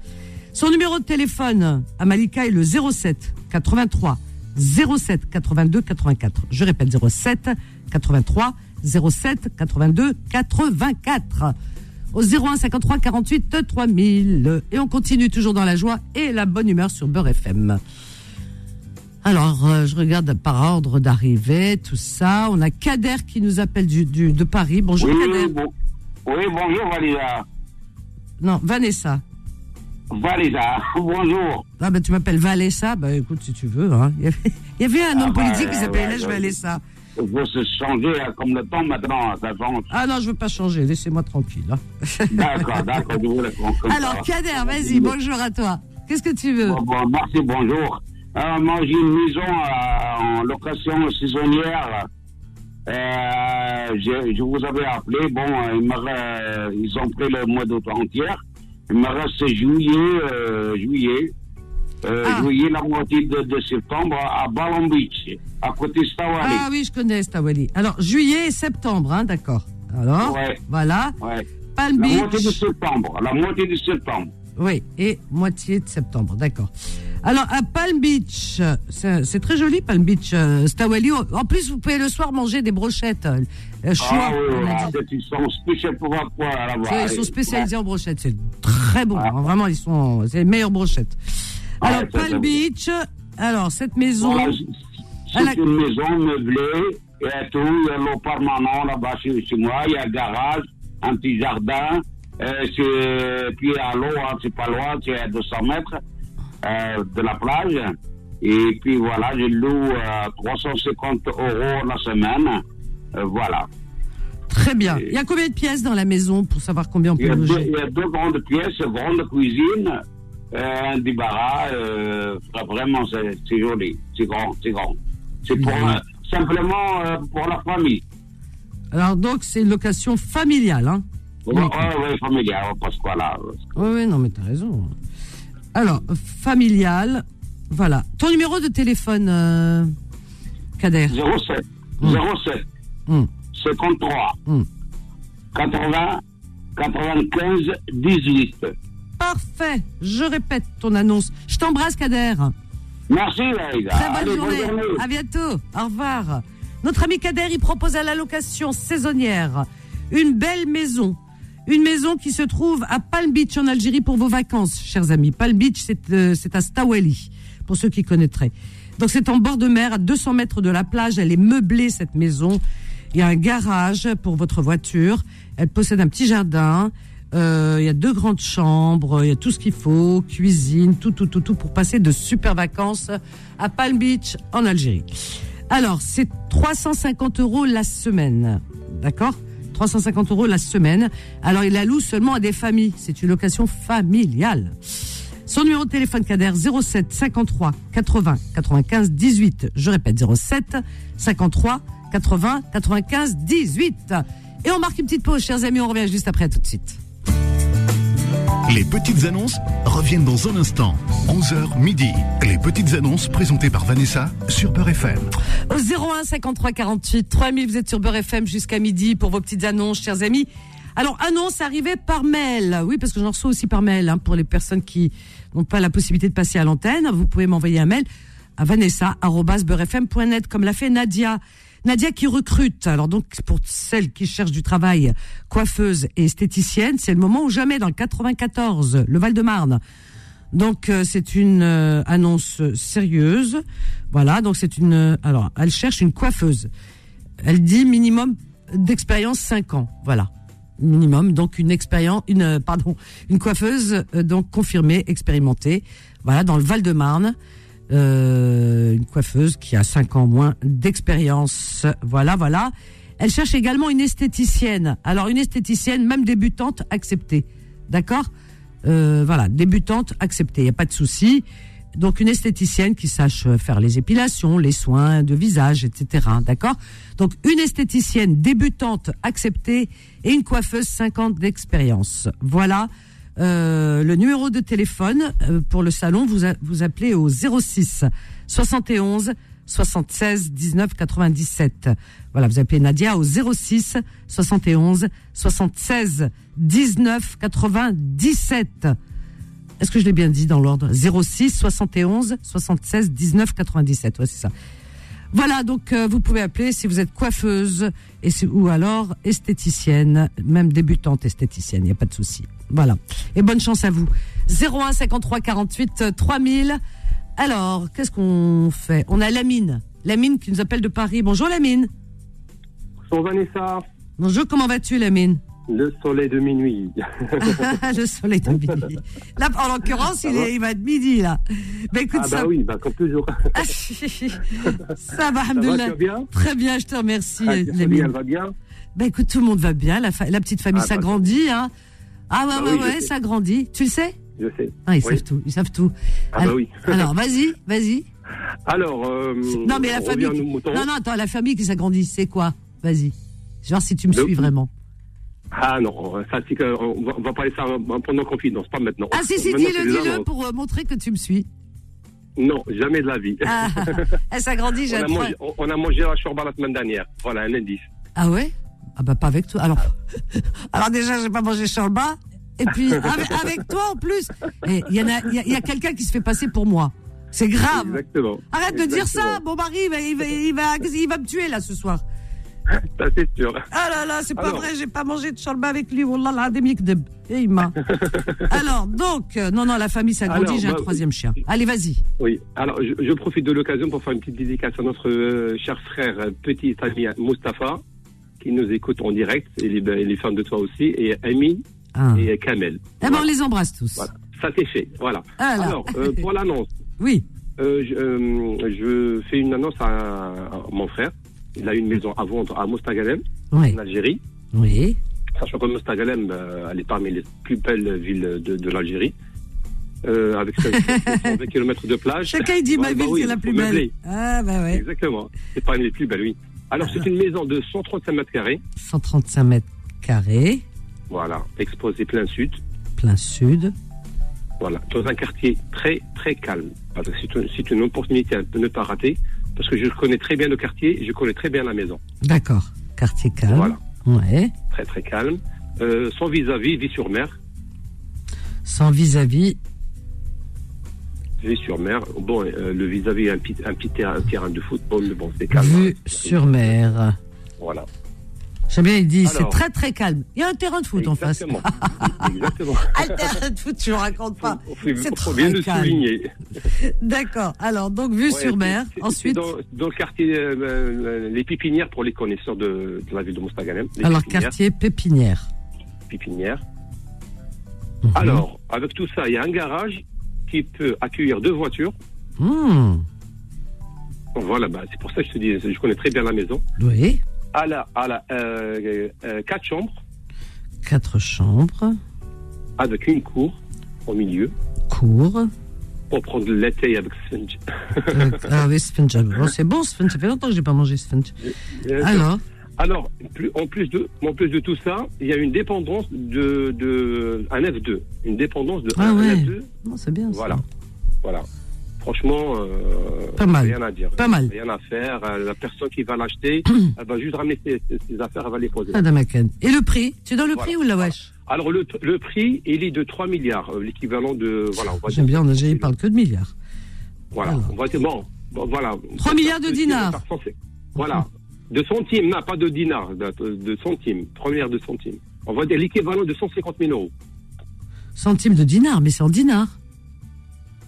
[SPEAKER 2] Son numéro de téléphone à Malika est le 07 83 07 82 84. Je répète 07 83 07 82 84 au 01 53 48 3000 et on continue toujours dans la joie et la bonne humeur sur Beurre FM. Alors, euh, je regarde par ordre d'arrivée, tout ça. On a Kader qui nous appelle du, du- de Paris. Bonjour Kader.
[SPEAKER 7] bon- oui, bonjour Valéza.
[SPEAKER 2] Non, Vanessa.
[SPEAKER 7] Valéza, [laughs] bonjour.
[SPEAKER 2] Ah ben tu m'appelles Valessa, ben écoute si tu veux. Hein. Il, y avait, il y avait un
[SPEAKER 7] Ah
[SPEAKER 2] homme
[SPEAKER 7] bah,
[SPEAKER 2] politique qui
[SPEAKER 7] ouais,
[SPEAKER 2] s'appelait
[SPEAKER 7] ouais,
[SPEAKER 2] Lèche
[SPEAKER 7] ouais.
[SPEAKER 2] Valessa.
[SPEAKER 7] Il faut se changer hein, comme le temps maintenant, hein, ça change.
[SPEAKER 2] Ah non, je veux pas changer, laissez-moi tranquille. hein.
[SPEAKER 7] D'accord, d'accord, je
[SPEAKER 2] [laughs]
[SPEAKER 7] vous réponds comme
[SPEAKER 2] Alors
[SPEAKER 7] ça.
[SPEAKER 2] Kader, vas-y, bonjour à toi. Qu'est-ce que tu veux
[SPEAKER 7] Bon, bon, merci, bonjour. Alors, moi, j'ai une maison euh, en location saisonnière. Euh, je, je vous avais appelé. Bon, euh, il me re- ils ont pris le mois d'août entier. Il me reste juillet, euh, juillet, euh,
[SPEAKER 2] Ah.
[SPEAKER 7] juillet, la moitié de, de septembre à Ballon Beach, à côté de Stawali.
[SPEAKER 2] Ah oui, je connais Stawali. Alors juillet et septembre, hein, d'accord. Alors,
[SPEAKER 7] Ouais.
[SPEAKER 2] voilà,
[SPEAKER 7] Ouais.
[SPEAKER 2] Palm
[SPEAKER 7] La moitié de
[SPEAKER 2] Beach,
[SPEAKER 7] septembre. La moitié de septembre.
[SPEAKER 2] oui, et moitié de septembre, d'accord. Alors à Palm Beach, euh, c'est c'est très joli Palm Beach, euh, Stawali. En en plus, vous pouvez le soir manger des brochettes. euh, euh,
[SPEAKER 7] Ah
[SPEAKER 2] chouans,
[SPEAKER 7] oui,
[SPEAKER 2] on a
[SPEAKER 7] oui,
[SPEAKER 2] dit.
[SPEAKER 7] ah, peut-être ils sont spéciaux pour quoi
[SPEAKER 2] Tu vois,
[SPEAKER 7] là-bas.
[SPEAKER 2] ils sont spécialisés en brochettes. C'est très bon. hein. Vraiment, ils sont. C'est les meilleures brochettes. Alors,
[SPEAKER 7] Ouais, ça,
[SPEAKER 2] Palm
[SPEAKER 7] j'avoue.
[SPEAKER 2] Beach. Alors, cette maison.
[SPEAKER 7] Voilà,
[SPEAKER 2] À la-
[SPEAKER 7] C'est une maison meublée, il y a tout, il y a l'eau permanente là-bas chez, chez moi, il y a un garage, un petit jardin, euh, c'est- puis à l'eau, hein, c'est pas loin, c'est à 200 mètres euh, de la plage. Et puis voilà, je loue euh, 350 euros la semaine. Euh, voilà.
[SPEAKER 2] Très bien. Il y a combien de pièces dans la maison pour savoir combien on
[SPEAKER 7] Il y,
[SPEAKER 2] peut
[SPEAKER 7] a deux,
[SPEAKER 2] loger
[SPEAKER 7] il y a deux grandes pièces, une grande cuisine, euh, un débarras. euh, vraiment, c'est c'est joli. C'est grand, c'est grand. C'est pour
[SPEAKER 2] Mhm.
[SPEAKER 7] euh, simplement euh, pour la famille.
[SPEAKER 2] Alors, donc, c'est une location familiale. Hein.
[SPEAKER 7] Oui,
[SPEAKER 2] Oui. Hum.
[SPEAKER 7] oui, familiale, parce que voilà.
[SPEAKER 2] Oui, oui, non, mais t'as raison. Alors, familiale. Voilà. Ton numéro de téléphone, euh, Kader
[SPEAKER 7] 07,
[SPEAKER 2] Hum.
[SPEAKER 7] 07,
[SPEAKER 2] Mm.
[SPEAKER 7] 53,
[SPEAKER 2] Hum. Mm.
[SPEAKER 7] 80, 95, 18.
[SPEAKER 2] Parfait. Je répète ton annonce. Je t'embrasse, Kader.
[SPEAKER 7] Merci, Laïda.
[SPEAKER 2] Très bonne
[SPEAKER 7] Allez,
[SPEAKER 2] journée. à bientôt. Au revoir. Notre ami Kader, il propose à la location saisonnière une belle maison. Une maison qui se trouve à Palm Beach en Algérie pour vos vacances, chers amis. Palm Beach, c'est euh, c'est à Staweli, pour ceux qui connaîtraient. Donc c'est en bord de mer, à 200 mètres de la plage. Elle est meublée, cette maison. Il y a un garage pour votre voiture. Elle possède un petit jardin. Euh, il y a deux grandes chambres. Il y a tout ce qu'il faut. Cuisine, tout, tout, tout, tout pour passer de super vacances à Palm Beach en Algérie. Alors, c'est 350 euros la semaine. D'accord 350 euros la semaine. Alors, il la loue seulement à des familles. C'est une location familiale. Son numéro de téléphone Kader 07 53 80 95 18. Je répète 07 53 80 95 18. Et on marque une petite pause, chers amis. On revient juste après. À tout de suite.
[SPEAKER 1] Les petites annonces reviennent dans un instant. 11h midi. Les petites annonces présentées par Vanessa sur Peur FM.
[SPEAKER 2] Au 01 53 48 3000, vous êtes sur Beurre FM jusqu'à midi pour vos petites annonces, chers amis. Alors, annonce arrivée par mail. Oui, parce que j'en reçois aussi par mail hein, pour les personnes qui n'ont pas la possibilité de passer à l'antenne. Vous pouvez m'envoyer un mail à vanessa.beurrefm.net comme l'a fait Nadia. Nadia qui recrute. Alors donc, pour celles qui cherchent du travail, coiffeuse et esthéticienne, c'est le moment ou jamais dans le 94, le Val-de-Marne. Donc euh, c'est une euh, annonce sérieuse. Voilà, donc c'est une euh, alors elle cherche une coiffeuse. Elle dit minimum d'expérience 5 ans. Voilà. Minimum donc une expérience une euh, pardon, une coiffeuse euh, donc confirmée, expérimentée. Voilà, dans le Val-de-Marne. Euh, une coiffeuse qui a 5 ans moins d'expérience. Voilà, voilà. Elle cherche également une esthéticienne. Alors une esthéticienne, même débutante, acceptée. D'accord euh, voilà, débutante acceptée, il n'y a pas de souci. Donc une esthéticienne qui sache euh, faire les épilations, les soins de visage, etc. D'accord Donc une esthéticienne débutante acceptée et une coiffeuse 50 d'expérience. Voilà euh, le numéro de téléphone euh, pour le salon. Vous, a- vous appelez au 06 71 76 19 97. Voilà, vous appelez Nadia au 06 71 76 19 97. Est-ce que je l'ai bien dit dans l'ordre 06 71 76 19 97. Ouais, c'est ça. Voilà, donc euh, vous pouvez appeler si vous êtes coiffeuse et si- ou alors esthéticienne, même débutante esthéticienne, il n'y a pas de souci. Voilà. Et bonne chance à vous. 01 53 48 euh, 3000. Alors, qu'est-ce qu'on fait On a Lamine. Lamine qui nous appelle de Paris. Bonjour Lamine.
[SPEAKER 8] Bonjour Vanessa,
[SPEAKER 2] Bonjour, comment vas-tu Lamine
[SPEAKER 8] le soleil
[SPEAKER 2] [laughs]
[SPEAKER 8] de minuit. Ah,
[SPEAKER 2] Ah, Le soleil de midi. Là, en l'occurrence, il, est- il va de midi là. Ben écoute,
[SPEAKER 8] ah
[SPEAKER 2] ça, [laughs]
[SPEAKER 8] bah oui, bah comme toujours.
[SPEAKER 2] ça va,
[SPEAKER 8] Ça va,
[SPEAKER 2] Alhamdoulilah.
[SPEAKER 8] tu vas bien
[SPEAKER 2] Très bien, je te remercie
[SPEAKER 8] Ah, ta famille,
[SPEAKER 2] Lamine.
[SPEAKER 8] elle va bien
[SPEAKER 2] Bah écoute, tout le monde va bien. La, fa- la petite famille,
[SPEAKER 8] Ah,
[SPEAKER 2] ça
[SPEAKER 8] bah,
[SPEAKER 2] grandit. Hein. Ah ouais,
[SPEAKER 8] Bah
[SPEAKER 2] ouais,
[SPEAKER 8] oui, je
[SPEAKER 2] ouais,
[SPEAKER 8] sais.
[SPEAKER 2] ça grandit. Tu le sais
[SPEAKER 8] Je sais.
[SPEAKER 2] Ah, ils
[SPEAKER 8] Oui.
[SPEAKER 2] savent tout. Ils savent tout.
[SPEAKER 8] Ah bah oui.
[SPEAKER 2] [laughs] Alors, vas-y, vas-y.
[SPEAKER 8] Alors, euh,
[SPEAKER 2] Non, mais la
[SPEAKER 8] on
[SPEAKER 2] famille.
[SPEAKER 8] revient à
[SPEAKER 2] qui-
[SPEAKER 8] nos moutons.
[SPEAKER 2] Non, non, attends, la famille qui s'agrandit, c'est quoi Vas-y. Genre, si tu me
[SPEAKER 8] Le-
[SPEAKER 2] suis vraiment.
[SPEAKER 8] Ah non, ça c'est que on va, on va parler ça pendant confidence, pas maintenant.
[SPEAKER 2] Ah, si, si,
[SPEAKER 8] Maintenant,
[SPEAKER 2] dis-le,
[SPEAKER 8] c'est des
[SPEAKER 2] dis-le
[SPEAKER 8] annonces.
[SPEAKER 2] pour euh, montrer que tu me suis.
[SPEAKER 8] Non, jamais de la vie. [laughs]
[SPEAKER 2] Ah, elle s'agrandit,
[SPEAKER 8] on, a
[SPEAKER 2] j'apprends.
[SPEAKER 8] mangé, on, on a mangé la chorba la semaine dernière. Voilà un indice.
[SPEAKER 2] Ah ouais Ah bah pas avec toi. Alors, [laughs] alors déjà, j'ai pas mangé Charlba. Et puis avec, avec toi en plus. Eh, Il y en a, il y a- il y a quelqu'un qui se fait passer pour moi. C'est grave.
[SPEAKER 8] Exactement.
[SPEAKER 2] Arrête de dire
[SPEAKER 8] Exactement.
[SPEAKER 2] ça. Mon mari, il va, il va, il va, il va me tuer là ce soir.
[SPEAKER 8] Ça c'est sûr.
[SPEAKER 2] Ah là là, c'est pas
[SPEAKER 8] Alors.
[SPEAKER 2] vrai. J'ai pas mangé de Charlba avec lui. Oh Wallah l'adem yakdeb. Eh, il
[SPEAKER 8] [laughs]
[SPEAKER 2] m'a. Alors donc, euh, non non, la famille s'agrandit.
[SPEAKER 8] Alors,
[SPEAKER 2] J'ai un
[SPEAKER 8] bah,
[SPEAKER 2] troisième chien. Allez, vas-y.
[SPEAKER 8] Oui. Alors je, je profite de l'occasion pour faire une petite dédicace à notre euh, cher frère, euh, petit ami Mustapha, qui nous écoute en direct. Et les, ben, les fans de toi aussi. Et Ami
[SPEAKER 2] Ah.
[SPEAKER 8] et Kamel.
[SPEAKER 2] Eh ben, on les embrasse tous.
[SPEAKER 8] Voilà. Ça c'est fait. Voilà.
[SPEAKER 2] Alors.
[SPEAKER 8] Alors euh, pour l'annonce.
[SPEAKER 2] Oui.
[SPEAKER 8] Euh, je, euh, je fais une annonce à, à mon frère. Il a une maison à vendre à Mostagalem,
[SPEAKER 2] Oui.
[SPEAKER 8] en Algérie. [laughs]
[SPEAKER 2] Oui.
[SPEAKER 8] Sachant que Mostagalem, euh, elle est parmi les plus belles villes de, de l'Algérie. Euh, avec
[SPEAKER 2] [laughs]
[SPEAKER 8] 120 km de plage.
[SPEAKER 2] Chacun il dit ma
[SPEAKER 8] Ouais, bah
[SPEAKER 2] ville
[SPEAKER 8] oui,
[SPEAKER 2] c'est la
[SPEAKER 8] faut
[SPEAKER 2] plus belle.
[SPEAKER 8] meubler.
[SPEAKER 2] Ah bah ouais.
[SPEAKER 8] Exactement. C'est parmi les plus belles, oui. Alors, c'est une maison de 135 mètres carrés.
[SPEAKER 2] 135 mètres carrés,
[SPEAKER 8] Voilà. Exposée plein sud.
[SPEAKER 2] plein sud.
[SPEAKER 8] Voilà, dans un quartier très très calme. Parce que C'est une, c'est une opportunité à ne pas rater, parce que je connais très bien le quartier, et je connais très bien la maison.
[SPEAKER 2] D'accord. Quartier calme.
[SPEAKER 8] Voilà,
[SPEAKER 2] Ouais.
[SPEAKER 8] très très calme. Euh, sans vis-à-vis, vie sur mer.
[SPEAKER 2] Sans vis-à-vis.
[SPEAKER 8] Vue sur mer. Bon, euh, le vis-à-vis est un petit, un petit terrain, un terrain de foot. Bon, mais bon, c'est calme.
[SPEAKER 2] Vue sur mer.
[SPEAKER 8] Voilà.
[SPEAKER 2] J'aime bien, il dit, c'est
[SPEAKER 8] Alors.
[SPEAKER 2] très très calme. Il y a un terrain de foot
[SPEAKER 8] Exactement.
[SPEAKER 2] [laughs] en face.
[SPEAKER 8] Exactement.
[SPEAKER 2] Ah, le terrain de foot, tu ne racontes pas.
[SPEAKER 8] On fait-
[SPEAKER 2] C'est
[SPEAKER 8] on
[SPEAKER 2] très
[SPEAKER 8] vient de
[SPEAKER 2] calme.
[SPEAKER 8] souligner.
[SPEAKER 2] D'accord. Alors, donc, vue
[SPEAKER 8] Ouais,
[SPEAKER 2] sur mer.
[SPEAKER 8] c'est- c'est-
[SPEAKER 2] Ensuite,
[SPEAKER 8] c'est Dans, dans le quartier, euh, euh, les pépinières pour les connaisseurs de, de la ville de Mostaganem. Les
[SPEAKER 2] alors
[SPEAKER 8] pépinières,
[SPEAKER 2] quartier pépinière.
[SPEAKER 8] pépinières.
[SPEAKER 2] Mhm.
[SPEAKER 8] Alors, avec tout ça, il y a un garage qui peut accueillir deux voitures.
[SPEAKER 2] Hmm,
[SPEAKER 8] Bon, Voilà, bah, c'est pour ça que je te dis, je connais très bien la maison.
[SPEAKER 2] Oui.
[SPEAKER 8] À la, à la, euh, euh, quatre chambres
[SPEAKER 2] Quatre chambres.
[SPEAKER 8] avec une cour au milieu
[SPEAKER 2] Cours.
[SPEAKER 8] pour prendre l'été avec Sfinge. [laughs]
[SPEAKER 2] Euh, ah oui, sponge. Bon, c'est bon, sponge. Ça fait longtemps que j'ai pas mangé sponge.
[SPEAKER 8] Euh,
[SPEAKER 2] [laughs] Alors,
[SPEAKER 8] Alors, plus- en, plus de, en plus de tout ça, il y a une dépendance de, de un F2. Une dépendance de
[SPEAKER 2] Ah
[SPEAKER 8] un
[SPEAKER 2] ouais.
[SPEAKER 8] F2
[SPEAKER 2] non, c'est bien. ça.
[SPEAKER 8] Voilà. Voilà. Franchement, euh,
[SPEAKER 2] Pas mal.
[SPEAKER 8] rien à dire.
[SPEAKER 2] Pas mal.
[SPEAKER 8] Rien à faire. Euh, La personne qui
[SPEAKER 2] [clears throat]
[SPEAKER 8] va l'acheter, elle va juste ramener ses, ses- ses affaires, elle va les poser.
[SPEAKER 2] Madame Aken. Ah, Et le prix Tu donnes le
[SPEAKER 8] Voilà.
[SPEAKER 2] prix ou la wesh
[SPEAKER 8] Alors, le, le prix, il est de 3 milliards, euh, l'équivalent de. Voilà, on va
[SPEAKER 2] J'aime
[SPEAKER 8] dire-
[SPEAKER 2] bien, en Algérie, ils parlent que de milliards.
[SPEAKER 8] Voilà, on va dire. Bon, bon, voilà.
[SPEAKER 2] 3 milliards de
[SPEAKER 8] Par-
[SPEAKER 2] dinars.
[SPEAKER 8] par français. Voilà. De centimes, non, pas de dinars, de, de centimes. 3 milliards de centimes. On va dire l'équivalent de 150 000 euros.
[SPEAKER 2] Centimes de dinars, mais c'est en dinars.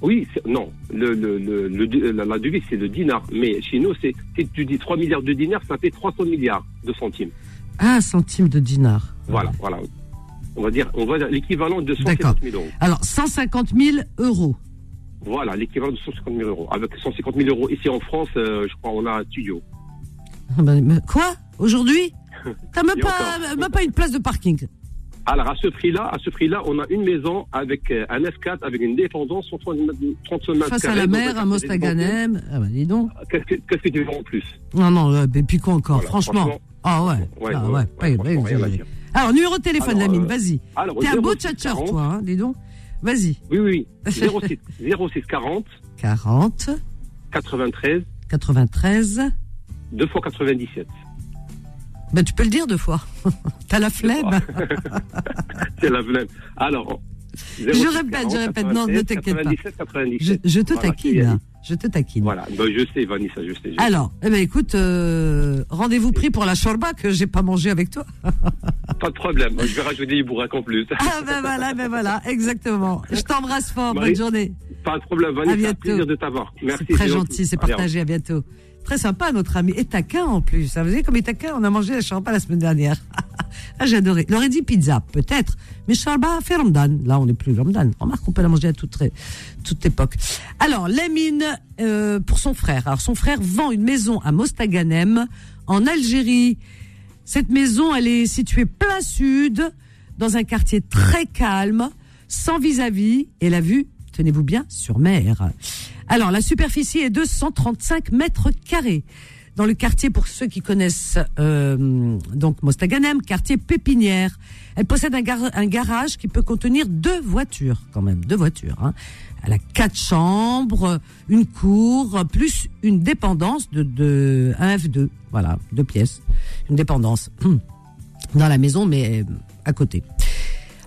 [SPEAKER 8] Oui, c'est- non, le, le, le, le- la, la devise c'est le dinar, mais chez nous, c'est, si tu dis 3 milliards de dinars, ça fait 300 milliards de centimes.
[SPEAKER 2] Ah, centimes de dinars.
[SPEAKER 8] Voilà, voilà. On va dire, on va dire l'équivalent de
[SPEAKER 2] D'accord.
[SPEAKER 8] 150 000 euros.
[SPEAKER 2] Alors, 150 000 euros.
[SPEAKER 8] Voilà, l'équivalent de 150 000 euros. Avec 150 000 euros ici en France, euh, je crois, on a un studio.
[SPEAKER 2] Ah ben, mais quoi Aujourd'hui T'as même
[SPEAKER 8] [laughs] Et
[SPEAKER 2] pas,
[SPEAKER 8] encore.
[SPEAKER 2] même pas une place de parking.
[SPEAKER 8] Alors à ce prix-là, à ce prix-là, on a une maison avec euh, un F4 avec une dépendance 130 mètres
[SPEAKER 2] Face à
[SPEAKER 8] carrés,
[SPEAKER 2] la
[SPEAKER 8] donc,
[SPEAKER 2] mer, à Mostaganem. Ah bah dis donc.
[SPEAKER 8] Qu'est-ce que, qu'est-ce que tu veux en plus
[SPEAKER 2] Non, non, euh, et puis quoi encore
[SPEAKER 8] Voilà,
[SPEAKER 2] Franchement. Ah ouais.
[SPEAKER 8] ouais,
[SPEAKER 2] ah ouais,
[SPEAKER 8] ouais, ouais,
[SPEAKER 2] pas- pas
[SPEAKER 8] franchement, rien à
[SPEAKER 2] exagéré.
[SPEAKER 8] dire.
[SPEAKER 2] Alors, numéro de téléphone,
[SPEAKER 8] Alors,
[SPEAKER 2] Lamine,
[SPEAKER 8] euh,
[SPEAKER 2] vas-y.
[SPEAKER 8] Alors,
[SPEAKER 2] T'es un beau
[SPEAKER 8] 06
[SPEAKER 2] tchatcheur,
[SPEAKER 8] 40,
[SPEAKER 2] toi, hein, dis donc. Vas-y.
[SPEAKER 8] Oui, oui,
[SPEAKER 2] [laughs]
[SPEAKER 8] oui. [laughs] 06, 06 40
[SPEAKER 2] 40,
[SPEAKER 8] 93
[SPEAKER 2] 93.
[SPEAKER 8] 2 fois 97.
[SPEAKER 2] Ben, tu peux le dire deux fois. [laughs] T'as la flemme.
[SPEAKER 8] C'est la même. Alors. Je
[SPEAKER 2] répète, je répète, non, ne t'inquiète pas.
[SPEAKER 8] 97, 97.
[SPEAKER 2] Je, je te
[SPEAKER 8] Voilà,
[SPEAKER 2] taquine.
[SPEAKER 8] c'est
[SPEAKER 2] hein.
[SPEAKER 8] gagné.
[SPEAKER 2] Je te taquine.
[SPEAKER 8] Voilà, ben, je sais, Vanessa, je sais. je sais.
[SPEAKER 2] Alors, eh ben, écoute, euh, rendez-vous pris pour la shorba que j'ai pas mangé avec toi. [laughs]
[SPEAKER 8] Pas de problème, je vais rajouter des bourraques en plus.
[SPEAKER 2] Ah ben voilà, ben voilà, exactement. Je t'embrasse fort,
[SPEAKER 8] Marie,
[SPEAKER 2] bonne journée.
[SPEAKER 8] Pas de problème, Vanessa,
[SPEAKER 2] bientôt.
[SPEAKER 8] plaisir de t'avoir. Merci.
[SPEAKER 2] C'est très
[SPEAKER 8] c'est
[SPEAKER 2] gentil, c'est
[SPEAKER 8] Allez, au revoir.
[SPEAKER 2] partagé, à bientôt. Très sympa notre ami. Et taquin en plus. hein. Vous savez comme est taquin, on a mangé la charba la semaine dernière. [laughs] ah, j'ai adoré. Il aurait dit pizza, peut-être. Mais charba fait Ramadan. Là, on n'est plus Ramadan. Remarque, on peut la manger à toute, ré- toute époque. Alors, Lamine, euh, pour son frère. Alors, son frère vend une maison à Mostaganem, en Algérie. Cette maison, elle est située plein sud, dans un quartier très calme, sans vis-à-vis, et la vue, tenez-vous bien, sur mer. Alors, la superficie est de 135 mètres carrés. Dans le quartier, pour ceux qui connaissent euh, donc Mostaganem, quartier pépinière, elle possède un, gar- un garage qui peut contenir deux voitures, quand même, deux voitures. hein. Elle a quatre chambres, une cour, plus une dépendance de, de un F2, voilà, deux pièces une dépendance hum, dans la maison, mais euh, à côté.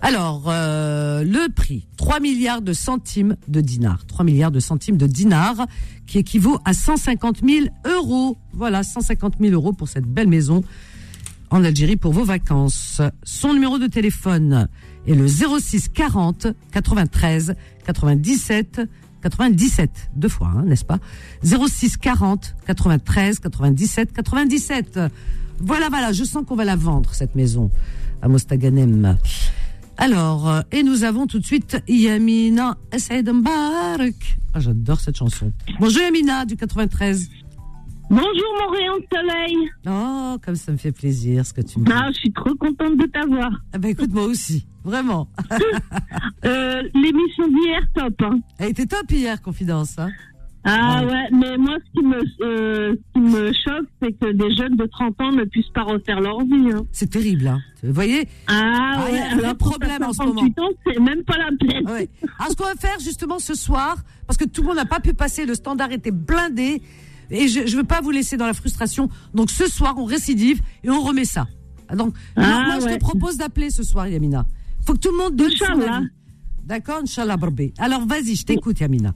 [SPEAKER 2] Alors, euh, le prix, 3 milliards de centimes de dinars. 3 milliards de centimes de dinars, qui équivaut à 150 000 euros. Voilà, 150 000 euros pour cette belle maison en Algérie pour vos vacances. Son numéro de téléphone est le 06 40 93 97 97 deux fois, hein, n'est-ce pas 06 40 93 97 97. Voilà, voilà, je sens qu'on va la vendre cette maison à Mostaganem. Alors, euh, et nous avons tout de suite Yamina Saïd Mbarak. Ah, j'adore cette chanson. Bonjour Yamina du 93.
[SPEAKER 6] Bonjour mon rayon de soleil.
[SPEAKER 2] Oh, comme ça me fait plaisir ce que tu me dis.
[SPEAKER 6] Ah, je suis trop contente de t'avoir.
[SPEAKER 2] Ah bah écoute, moi aussi, vraiment.
[SPEAKER 6] [laughs] Euh, L'émission d'hier, top. hein.
[SPEAKER 2] Elle était top hier, Confidence. Hein
[SPEAKER 6] Ah
[SPEAKER 2] Ouais.
[SPEAKER 6] ouais. mais moi, ce qui me, euh, ce qui me choque, c'est que des jeunes de 30 ans ne puissent pas refaire leur vie. hein.
[SPEAKER 2] c'est terrible, hein. Vous voyez
[SPEAKER 6] Ah,
[SPEAKER 2] Ah, il y
[SPEAKER 6] ouais,
[SPEAKER 2] a un vrai
[SPEAKER 6] alors pour
[SPEAKER 2] problème en ce
[SPEAKER 6] 58 ans, c'est même pas la peine.
[SPEAKER 2] Ah ouais. Alors, ce qu'on va faire justement ce soir, parce que tout le monde n'a pas pu passer, le standard était blindé, et je ne veux pas vous laisser dans la frustration. Donc, ce soir, on récidive et on remet ça. Ah, Donc,
[SPEAKER 6] Ah
[SPEAKER 2] moi, moi, je
[SPEAKER 6] ouais.
[SPEAKER 2] te propose d'appeler ce soir, Yamina. Faut que tout le monde donne son
[SPEAKER 6] Inch'Allah.
[SPEAKER 2] avis. D'accord, Inch'Allah, Barbi. Alors, vas-y, je t'écoute, Yamina.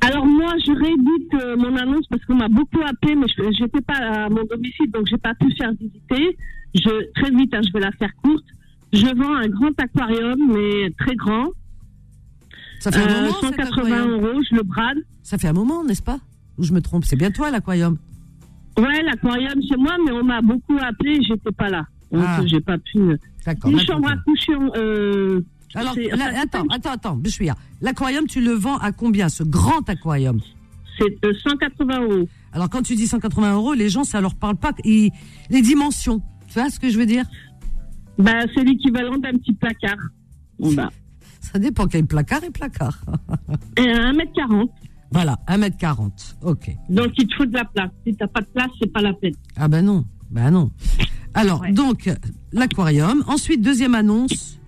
[SPEAKER 9] Alors moi, je réédite euh, mon annonce parce qu'on m'a beaucoup appelé, mais je n'étais pas à mon domicile, donc j'ai pas pu faire visiter. Je, très vite, hein, je vais la faire courte. Je vends un grand aquarium, mais très grand.
[SPEAKER 2] Ça fait un
[SPEAKER 9] Euh,
[SPEAKER 2] moment, cet
[SPEAKER 9] 180
[SPEAKER 2] aquarium.
[SPEAKER 9] euros, je le brade.
[SPEAKER 2] Ça fait un moment, n'est-ce pas Ou je me trompe C'est bien toi, l'aquarium
[SPEAKER 9] Ouais, l'aquarium chez moi, mais on m'a beaucoup appelé, j'étais pas là. Donc
[SPEAKER 2] Ah.
[SPEAKER 9] euh, j'ai pas pu.
[SPEAKER 2] D'accord.
[SPEAKER 9] Une
[SPEAKER 2] raconte-moi.
[SPEAKER 9] chambre à coucher. Euh,
[SPEAKER 2] Alors,
[SPEAKER 9] c'est-
[SPEAKER 2] là,
[SPEAKER 9] enfin,
[SPEAKER 2] attends, attends, attends, Béchouya. L'aquarium, tu le vends à combien, ce grand aquarium
[SPEAKER 9] C'est euh, 180 euros.
[SPEAKER 2] Alors, quand tu dis 180 euros, les gens, ça leur parle pas. ils- les dimensions, tu vois ce que je veux dire
[SPEAKER 9] Bah, c'est l'équivalent d'un petit placard. Bon, bah,
[SPEAKER 2] [laughs] Ça dépend quel placard et placard.
[SPEAKER 9] et, euh, 1m40.
[SPEAKER 2] voilà, 1m40. OK.
[SPEAKER 9] Donc il te faut de la place. Si t'as pas de place, c'est pas la peine.
[SPEAKER 2] Ah ben non, ben non. Alors, donc, l'aquarium. Ensuite, deuxième annonce.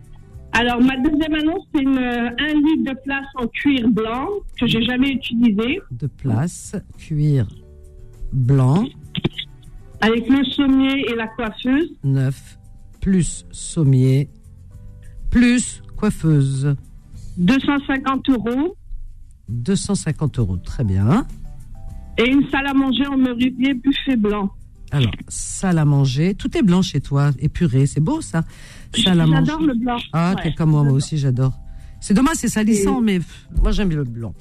[SPEAKER 9] Alors, ma deuxième annonce, c'est une, euh, un lit de place en cuir blanc que j'ai jamais utilisé,
[SPEAKER 2] de place, cuir blanc,
[SPEAKER 9] avec le sommier et la coiffeuse.
[SPEAKER 2] neuf, plus sommier, plus coiffeuse.
[SPEAKER 9] 250 euros
[SPEAKER 2] 250 euros, très bien.
[SPEAKER 9] et une salle à manger en meublier buffet blanc.
[SPEAKER 2] Alors, salle à manger, tout est blanc chez toi, épuré, c'est beau ça Salle à manger.
[SPEAKER 9] J'adore le blanc.
[SPEAKER 2] Ah,
[SPEAKER 9] Ouais.
[SPEAKER 2] t'es comme moi, moi aussi j'adore. C'est dommage, c'est salissant, mais pff, moi j'aime le blanc.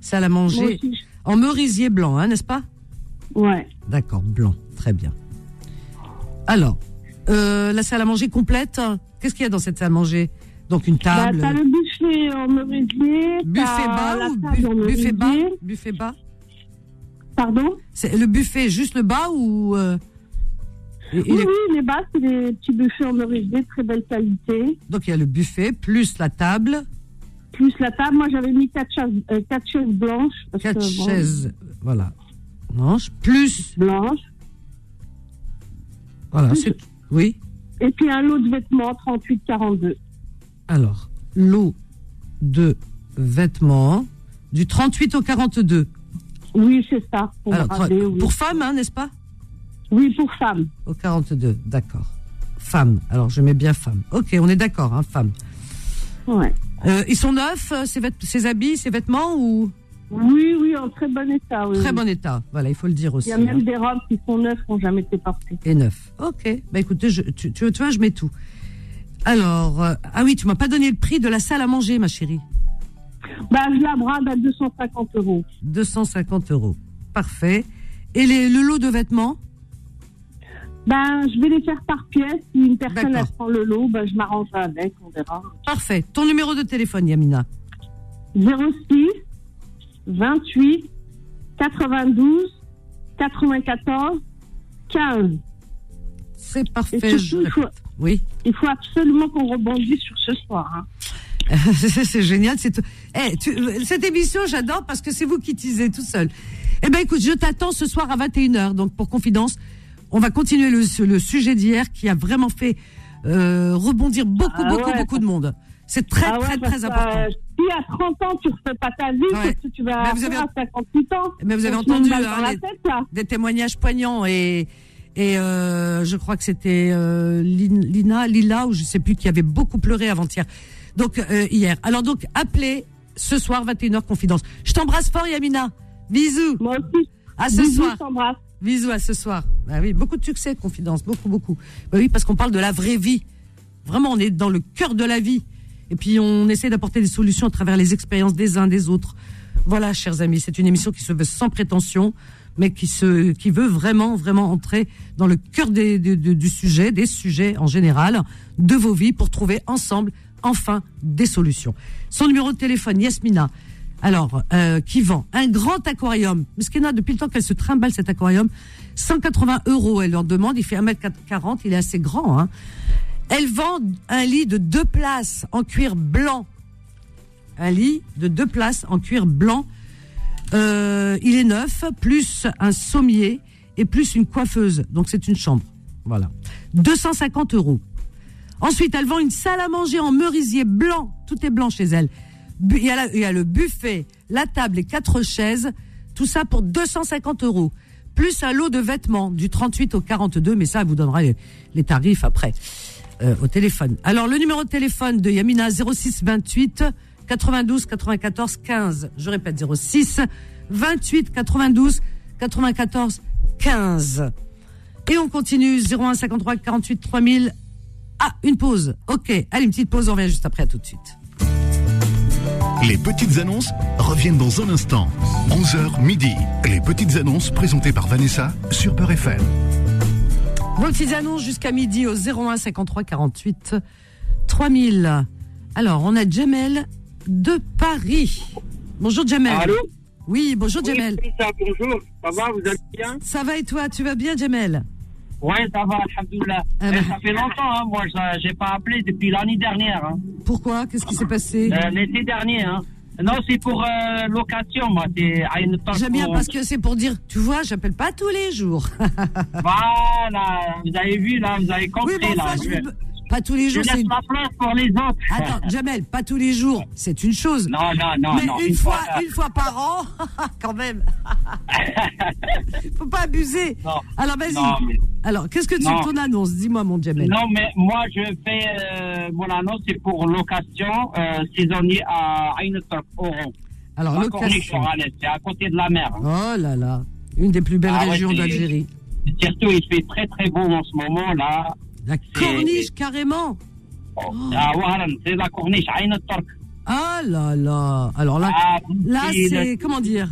[SPEAKER 2] Salle à
[SPEAKER 9] Moi
[SPEAKER 2] manger,
[SPEAKER 9] aussi.
[SPEAKER 2] en merisier blanc, hein, n'est-ce pas
[SPEAKER 9] Ouais.
[SPEAKER 2] D'accord, blanc, très bien. Alors, euh, la salle à manger complète, hein. qu'est-ce qu'il y a dans cette salle à manger Donc une
[SPEAKER 9] Bah,
[SPEAKER 2] table,
[SPEAKER 9] t'as le buffet en meublier.
[SPEAKER 2] buffet
[SPEAKER 9] t'as
[SPEAKER 2] bas
[SPEAKER 9] la
[SPEAKER 2] ou
[SPEAKER 9] table
[SPEAKER 2] bu-
[SPEAKER 9] en
[SPEAKER 2] buffet bas
[SPEAKER 9] meublier.
[SPEAKER 2] Buffet bas
[SPEAKER 9] Pardon
[SPEAKER 2] C'est le buffet juste le bas ou euh, et- et
[SPEAKER 9] Oui,
[SPEAKER 2] les-
[SPEAKER 9] oui, les bas, c'est des petits buffets en meublier, très belle qualité.
[SPEAKER 2] donc il y a le buffet plus la table,
[SPEAKER 9] plus la table. Moi, j'avais mis quatre chaises, euh, quatre chaises blanches. parce
[SPEAKER 2] quatre
[SPEAKER 9] que, bon,
[SPEAKER 2] chaises, voilà, manche plus
[SPEAKER 9] blanches.
[SPEAKER 2] voilà, c'est oui.
[SPEAKER 9] Et puis un lot de vêtements, 38-42.
[SPEAKER 2] Alors lot de vêtements du 38 au 42.
[SPEAKER 9] Oui, c'est ça. Pour,
[SPEAKER 2] Alors,
[SPEAKER 9] brader, oui.
[SPEAKER 2] pour femmes, hein, n'est-ce pas
[SPEAKER 9] oui, pour femmes.
[SPEAKER 2] Au 42, d'accord. Femme, alors je mets bien femme. Ok, on est d'accord, hein, femme.
[SPEAKER 9] Ouais.
[SPEAKER 2] Euh, ils sont neufs, euh, ces, vêt- ces habits, ces vêtements, ou
[SPEAKER 9] Oui, oui, en très bon état. oui,
[SPEAKER 2] très
[SPEAKER 9] oui.
[SPEAKER 2] bon état Voilà, il faut le dire
[SPEAKER 9] Il
[SPEAKER 2] aussi.
[SPEAKER 9] y a
[SPEAKER 2] hein.
[SPEAKER 9] même des robes qui sont neuves, qui n'ont jamais été portées.
[SPEAKER 2] Et neuf. Ok, bah écoutez, je, tu, tu, tu vois, je mets tout. Alors, euh, ah oui, tu m'as pas donné le prix de la salle à manger, ma chérie.
[SPEAKER 9] Bah, je la brade à 250 euros.
[SPEAKER 2] 250 euros. Parfait. Et les- le lot de vêtements
[SPEAKER 9] Ben, je vais les faire par pièce. Si une personne
[SPEAKER 2] D'accord.
[SPEAKER 9] elle prend le lot, ben, je m'arrangerai avec, on verra.
[SPEAKER 2] Parfait. Ton numéro de téléphone, Yamina
[SPEAKER 9] 06 28 92 94 15.
[SPEAKER 2] C'est
[SPEAKER 9] Et
[SPEAKER 2] parfait. je
[SPEAKER 9] surtout, il faut,
[SPEAKER 2] répète. Oui.
[SPEAKER 9] il faut absolument qu'on rebondisse sur ce soir. hein.
[SPEAKER 2] C'est [laughs] c'est génial. C'est tout. Eh, tu- cette émission, j'adore parce que c'est vous qui teasez tout seul. Eh ben, écoute, je t'attends ce soir à 21h. Donc, pour confidence, on va continuer le, ce- le sujet d'hier qui a vraiment fait euh, rebondir beaucoup,
[SPEAKER 9] Ah
[SPEAKER 2] beaucoup,
[SPEAKER 9] ouais,
[SPEAKER 2] beaucoup de monde. C'est très,
[SPEAKER 9] Ah ouais,
[SPEAKER 2] très,
[SPEAKER 9] parce
[SPEAKER 2] très
[SPEAKER 9] que,
[SPEAKER 2] important.
[SPEAKER 9] euh, si à 30 ans, tu ne refais pas ta vie,
[SPEAKER 2] Ouais.
[SPEAKER 9] qu'est-ce que tu vas
[SPEAKER 2] Mais vous
[SPEAKER 9] faire
[SPEAKER 2] avez-
[SPEAKER 9] à 58 ans.
[SPEAKER 2] Mais vous avez
[SPEAKER 9] On se met
[SPEAKER 2] entendu,
[SPEAKER 9] une balle
[SPEAKER 2] hein,
[SPEAKER 9] dans la
[SPEAKER 2] les-
[SPEAKER 9] tête, là.
[SPEAKER 2] Des témoignages poignants et et euh, je crois que c'était euh, Lin- Lina, Lila ou je sais plus qui avait beaucoup pleuré avant-hier. Donc euh, hier. Alors donc appelez ce soir 21h confidence. Je t'embrasse fort Yamina. Bisous.
[SPEAKER 9] Moi aussi,
[SPEAKER 2] À ce
[SPEAKER 9] bisous,
[SPEAKER 2] soir.
[SPEAKER 9] je t'embrasse.
[SPEAKER 2] Bisous à ce soir. Bah oui, beaucoup de succès, Confidence, beaucoup, beaucoup. Bah oui, parce qu'on parle de la vraie vie. Vraiment, on est dans le cœur de la vie. Et puis, on essaie d'apporter des solutions à travers les expériences des uns des autres. Voilà, chers amis, c'est une émission qui se veut sans prétention, mais qui se, qui veut vraiment, vraiment entrer dans le cœur des, du, du- du sujet, des sujets en général, de vos vies, pour trouver ensemble, enfin, des solutions. Son numéro de téléphone, Yasmina. Alors, euh, qui vend un grand aquarium. Meskina, depuis le temps qu'elle se trimballe cet aquarium, 180 euros, elle leur demande. Il fait 1m40, il est assez grand. Hein. Elle vend un lit de deux places en cuir blanc. Un lit de deux places en cuir blanc. Euh, il est neuf, plus un sommier et plus une coiffeuse. Donc c'est une chambre. Voilà. 250 euros. Ensuite, elle vend une salle à manger en merisier blanc. Tout est blanc chez elle. Bu- Il y, a la- il y a le buffet, la table et quatre chaises. Tout ça pour 250 euros. Plus un lot de vêtements du 38 au 42. Mais ça, elle vous donnera les, les tarifs après euh, au téléphone. Alors, le numéro de téléphone de Yamina 06 28 92 94 15. Je répète 06 28 92 94 15. Et on continue 01 53 48 3000. Ah, une pause. Ok, allez, une petite pause, on revient juste après, à tout de suite.
[SPEAKER 1] Les petites annonces reviennent dans un instant. 11h midi. Les petites annonces présentées par Vanessa sur Peur FM.
[SPEAKER 2] Vos petites annonces jusqu'à midi au 01 53 48 3000. Alors, on a Jamel de Paris. Bonjour Jamel.
[SPEAKER 10] Allô
[SPEAKER 2] Oui, bonjour Jamel.
[SPEAKER 10] Oui, ça, bonjour, ça va, vous allez bien
[SPEAKER 2] Ça va et toi, tu vas bien Jamel
[SPEAKER 10] Ouais, ça va, alhamdoulilah.
[SPEAKER 2] Ah
[SPEAKER 10] Eh,
[SPEAKER 2] bah.
[SPEAKER 10] Ça fait longtemps, hein, moi, ça- j'ai pas appelé depuis l'année dernière. hein.
[SPEAKER 2] Pourquoi Qu'est-ce qui s'est passé
[SPEAKER 10] Euh, L'été dernier, hein. Non, c'est pour euh, location, moi, c'est à une
[SPEAKER 2] J'aime bien parce que c'est pour dire, tu vois, j'appelle pas tous les jours. [laughs]
[SPEAKER 10] Voilà, vous avez vu, là, vous avez compris,
[SPEAKER 2] Oui, mais
[SPEAKER 10] là.
[SPEAKER 2] enfin,
[SPEAKER 10] Je-
[SPEAKER 2] je veux- pas tous les
[SPEAKER 10] je
[SPEAKER 2] jours,
[SPEAKER 10] laisse
[SPEAKER 2] c'est une...
[SPEAKER 10] la place pour les autres. [laughs]
[SPEAKER 2] Attends, Jamel, pas tous les jours, c'est une chose.
[SPEAKER 10] Non, non, non,
[SPEAKER 2] Mais
[SPEAKER 10] non,
[SPEAKER 2] une,
[SPEAKER 10] une
[SPEAKER 2] fois,
[SPEAKER 10] fois,
[SPEAKER 2] une fois par an, [laughs] quand
[SPEAKER 10] [laughs]
[SPEAKER 2] même. Faut pas abuser. Alors vas-y.
[SPEAKER 10] non, mais-
[SPEAKER 2] Alors, qu'est-ce que tu
[SPEAKER 10] Non.
[SPEAKER 2] ton annonce Dis-moi, mon Jamel.
[SPEAKER 10] Non, mais moi, je fais euh, mon annonce, c'est pour location euh, saisonnier à Einstein, Oran.
[SPEAKER 2] Alors,
[SPEAKER 10] La
[SPEAKER 2] location.
[SPEAKER 10] Corniche oranaise, C'est à côté de la mer. hein.
[SPEAKER 2] Oh là là, une des plus belles
[SPEAKER 10] Ah ouais,
[SPEAKER 2] régions
[SPEAKER 10] c'est-
[SPEAKER 2] d'Algérie.
[SPEAKER 10] Surtout, il fait très très beau en ce moment là.
[SPEAKER 2] La Corniche, carrément.
[SPEAKER 10] Ah, voilà, c'est la corniche, Aïn Tork.
[SPEAKER 2] Ah là là. Alors là,
[SPEAKER 10] Ah,
[SPEAKER 2] là
[SPEAKER 10] c'est-
[SPEAKER 2] c'est comment dire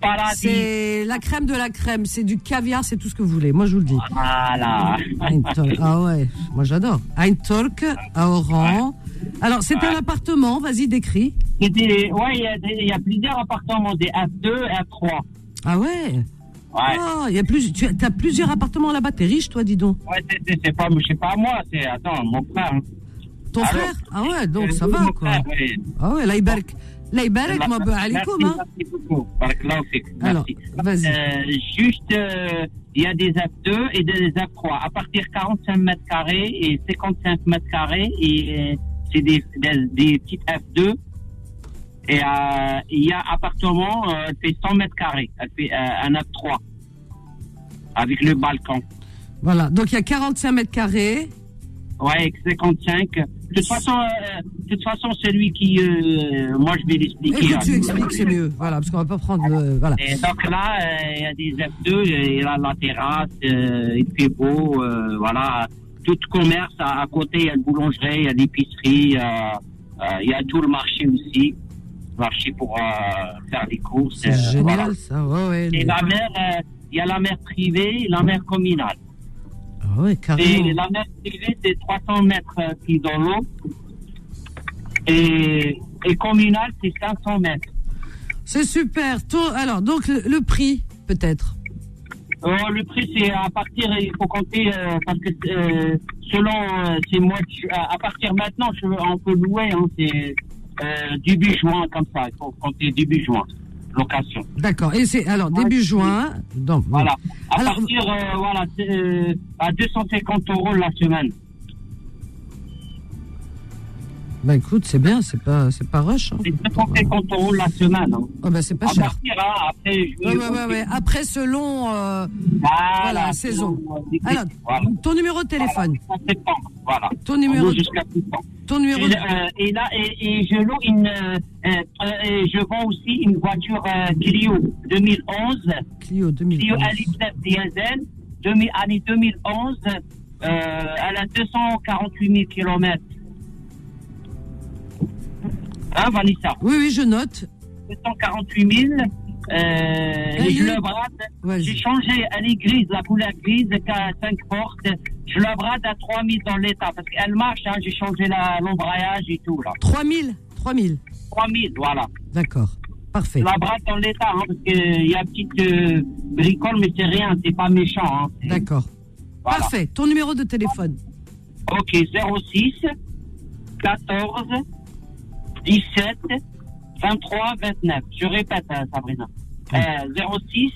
[SPEAKER 10] Paradis.
[SPEAKER 2] C'est la crème de la crème, c'est du caviar, c'est tout ce que vous voulez. Moi, je vous le dis.
[SPEAKER 10] Voilà.
[SPEAKER 2] Ein
[SPEAKER 10] [laughs]
[SPEAKER 2] Tork. Ah ouais, moi j'adore. Ein Tork à Oran. Alors, c'est un appartement, vas-y, décris.
[SPEAKER 10] C'était- Ouais, il y, a des- il y a plusieurs appartements, des F2 et F3.
[SPEAKER 2] Ah ouais
[SPEAKER 10] Ouais,
[SPEAKER 2] Ah, il y a plus, tu as plusieurs appartements là-bas, Ah bah, t'es riche toi, dis donc.
[SPEAKER 10] ouais c'est- c'est- c'est pas, je sais pas moi, c'est, attends, mon frère. hein.
[SPEAKER 2] Ton
[SPEAKER 10] Alors,
[SPEAKER 2] frère Ah ouais, donc ça
[SPEAKER 10] Oui,
[SPEAKER 2] va
[SPEAKER 10] Euh, mon
[SPEAKER 2] quoi.
[SPEAKER 10] frère, oui.
[SPEAKER 2] Ah ouais, Laïbark. Laïbark, ma bah,
[SPEAKER 10] Merci,
[SPEAKER 2] alikoum, hein.
[SPEAKER 10] merci beaucoup. Barakallahu fik.
[SPEAKER 2] Alors,
[SPEAKER 10] Merci.
[SPEAKER 2] vas-y.
[SPEAKER 10] Euh, juste, euh, il y a des F2 et des F3. À partir de 45 mètres carrés et 55 mètres carrés, et euh, c'est des, des, des petites F2. Et euh, il y a appartement, euh, elle fait 100 mètres carrés. Elle fait euh, un F3 avec le balcon.
[SPEAKER 2] Voilà, donc il y a 45 mètres carrés.
[SPEAKER 10] Ouais, avec 55. De toute façon, euh, de toute façon, celui qui, euh, moi, je vais l'expliquer.
[SPEAKER 2] Écoute, tu
[SPEAKER 10] hein.
[SPEAKER 2] expliques, c'est mieux. Voilà, parce qu'on va pas prendre. le- voilà.
[SPEAKER 10] Et donc là, euh, il y a des F2, il y a la terrasse, euh, il fait beau, euh, voilà. Tout commerce, à, à côté, il y a une boulangerie, il y a l'épicerie, euh, euh, il y a tout le marché aussi. Marché pour euh, faire des courses.
[SPEAKER 2] C'est
[SPEAKER 10] euh,
[SPEAKER 2] génial
[SPEAKER 10] voilà.
[SPEAKER 2] ça. Ouais, ouais,
[SPEAKER 10] Et
[SPEAKER 2] le-
[SPEAKER 10] la mer, euh, il y a la mer privée et la mer communale.
[SPEAKER 2] Ah ouais,
[SPEAKER 10] Et
[SPEAKER 2] carrément.
[SPEAKER 10] la mer privée, c'est 300 mètres euh, qui est dans l'eau. Et, et communale, c'est 500 mètres.
[SPEAKER 2] C'est super. Ton- Alors, donc le, le prix, peut-être.
[SPEAKER 10] Euh, le prix, c'est à partir, il faut compter, euh, parce que euh, selon euh, ces mois, de ju- à à partir maintenant, je- on peut louer, hein, c'est euh, début juin, comme ça, il faut compter début juin, location.
[SPEAKER 2] D'accord. Et c'est alors début juin. Donc,
[SPEAKER 10] Voilà. À
[SPEAKER 2] Alors-
[SPEAKER 10] partir, euh, voilà, c'est, euh, à 250 euros la semaine.
[SPEAKER 2] Bah écoute, c'est bien, c'est pas, c'est pas rush. hein.
[SPEAKER 10] C'est 250 euros la semaine. hein.
[SPEAKER 2] Ah bah c'est pas
[SPEAKER 10] À
[SPEAKER 2] cher.
[SPEAKER 10] partir, hein, après, je
[SPEAKER 2] Ouais, ouais, ouais, ouais. Après, selon euh, voilà, saison. Alors,
[SPEAKER 10] Voilà.
[SPEAKER 2] ton numéro de téléphone.
[SPEAKER 10] En septembre, euh, voilà.
[SPEAKER 2] Ton numéro,
[SPEAKER 10] On loue jusqu'à septembre.
[SPEAKER 2] ton numéro.
[SPEAKER 10] Et, euh, et là, et, et je loue une, euh, euh, euh, et je vends aussi une voiture euh, Clio 2011, Clio
[SPEAKER 2] Clio 2011.
[SPEAKER 10] L19 diesel, demi, année 2011, euh, elle a 248 000 km. Hein, Vanessa
[SPEAKER 2] Oui, oui, je note.
[SPEAKER 10] 248 000. Euh, et je
[SPEAKER 2] Eh oui.
[SPEAKER 10] le brade.
[SPEAKER 2] Vas-y.
[SPEAKER 10] J'ai changé, elle est grise, la couleur grise, qui a 5 portes. Je le brade à 3000 dans l'état parce qu'elle marche. Hein, J'ai changé la- l'embrayage et tout. là.
[SPEAKER 2] 3000 3000
[SPEAKER 10] 3000, voilà.
[SPEAKER 2] D'accord. Parfait.
[SPEAKER 10] La brasse dans l'état, hein, parce qu'il y a petite euh, bricole, mais c'est rien, c'est pas méchant. Hein. C'est-
[SPEAKER 2] D'accord.
[SPEAKER 10] voilà.
[SPEAKER 2] Parfait. Ton numéro de téléphone.
[SPEAKER 10] Ok, 06 14 17 23 29. Je répète, hein, Sabrina. Euh, 06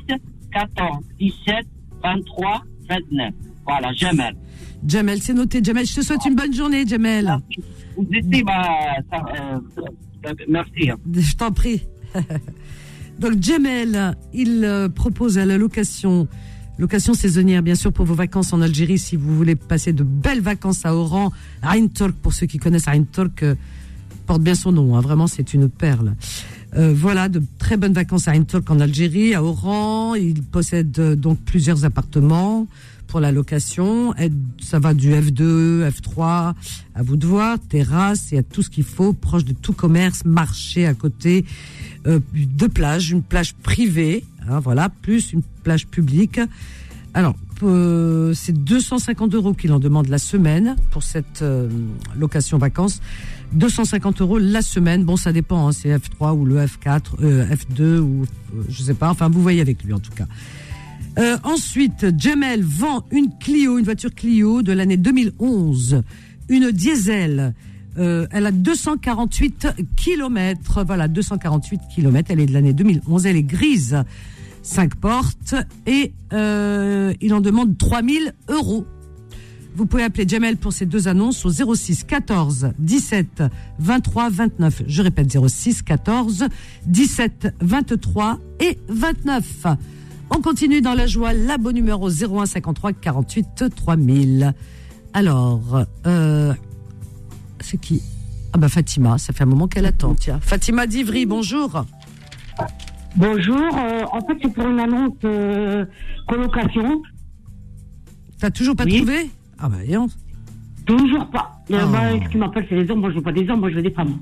[SPEAKER 10] 14 17 23 29. Voilà, Jamel.
[SPEAKER 2] Jamel, c'est noté. Jamel, je te souhaite une bonne journée, Jamel.
[SPEAKER 10] Vous étiez, bah, ça, euh, euh, merci. hein.
[SPEAKER 2] Je t'en prie. [laughs] Donc, Jamel, il euh, propose à la location, location saisonnière, bien sûr, pour vos vacances en Algérie, si vous voulez passer de belles vacances à Oran, à Ain Tork, pour ceux qui connaissent Ain Tork, euh, porte bien son nom. hein. Vraiment, c'est une perle. Euh, voilà, de très bonnes vacances à Intork en Algérie, à Oran. Il possède euh, donc plusieurs appartements pour la location. Et Ça va du F2, F3, à vous de voir, terrasse, il y a tout ce qu'il faut, proche de tout commerce, marché à côté, euh, deux plages, une plage privée, hein, voilà, plus une plage publique. Alors, euh, c'est 250 euros qu'il en demande la semaine pour cette euh, location vacances. 250 euros la semaine. Bon, ça dépend, hein, c'est F3 ou le F4, euh, F2 ou euh, je sais pas. Enfin, vous voyez avec lui en tout cas. Euh, ensuite, Jamel vend une Clio, une voiture Clio de l'année 2011, une diesel. Euh, elle a 248 kilomètres. Voilà, 248 kilomètres. Elle est de l'année 2011. Elle est grise, 5 portes. Et euh, il en demande 3000 euros. Vous pouvez appeler Jamel pour ces deux annonces au 06 14 17 23 29. Je répète 06 14 17 23 et 29. On continue dans la joie, la bonne humeur au 01 53 48 3000. Alors, euh, c'est qui Ah bah Fatima, ça fait un moment qu'elle attend. Tiens, Fatima d'Ivry, bonjour.
[SPEAKER 11] Bonjour, euh, en fait c'est pour une annonce euh, colocation.
[SPEAKER 2] T'as toujours pas trouvé Ah bah voyons. Ah.
[SPEAKER 11] Toujours pas. Euh, bah, ce qui m'appelle c'est les hommes, moi je veux pas des hommes, moi je veux des femmes.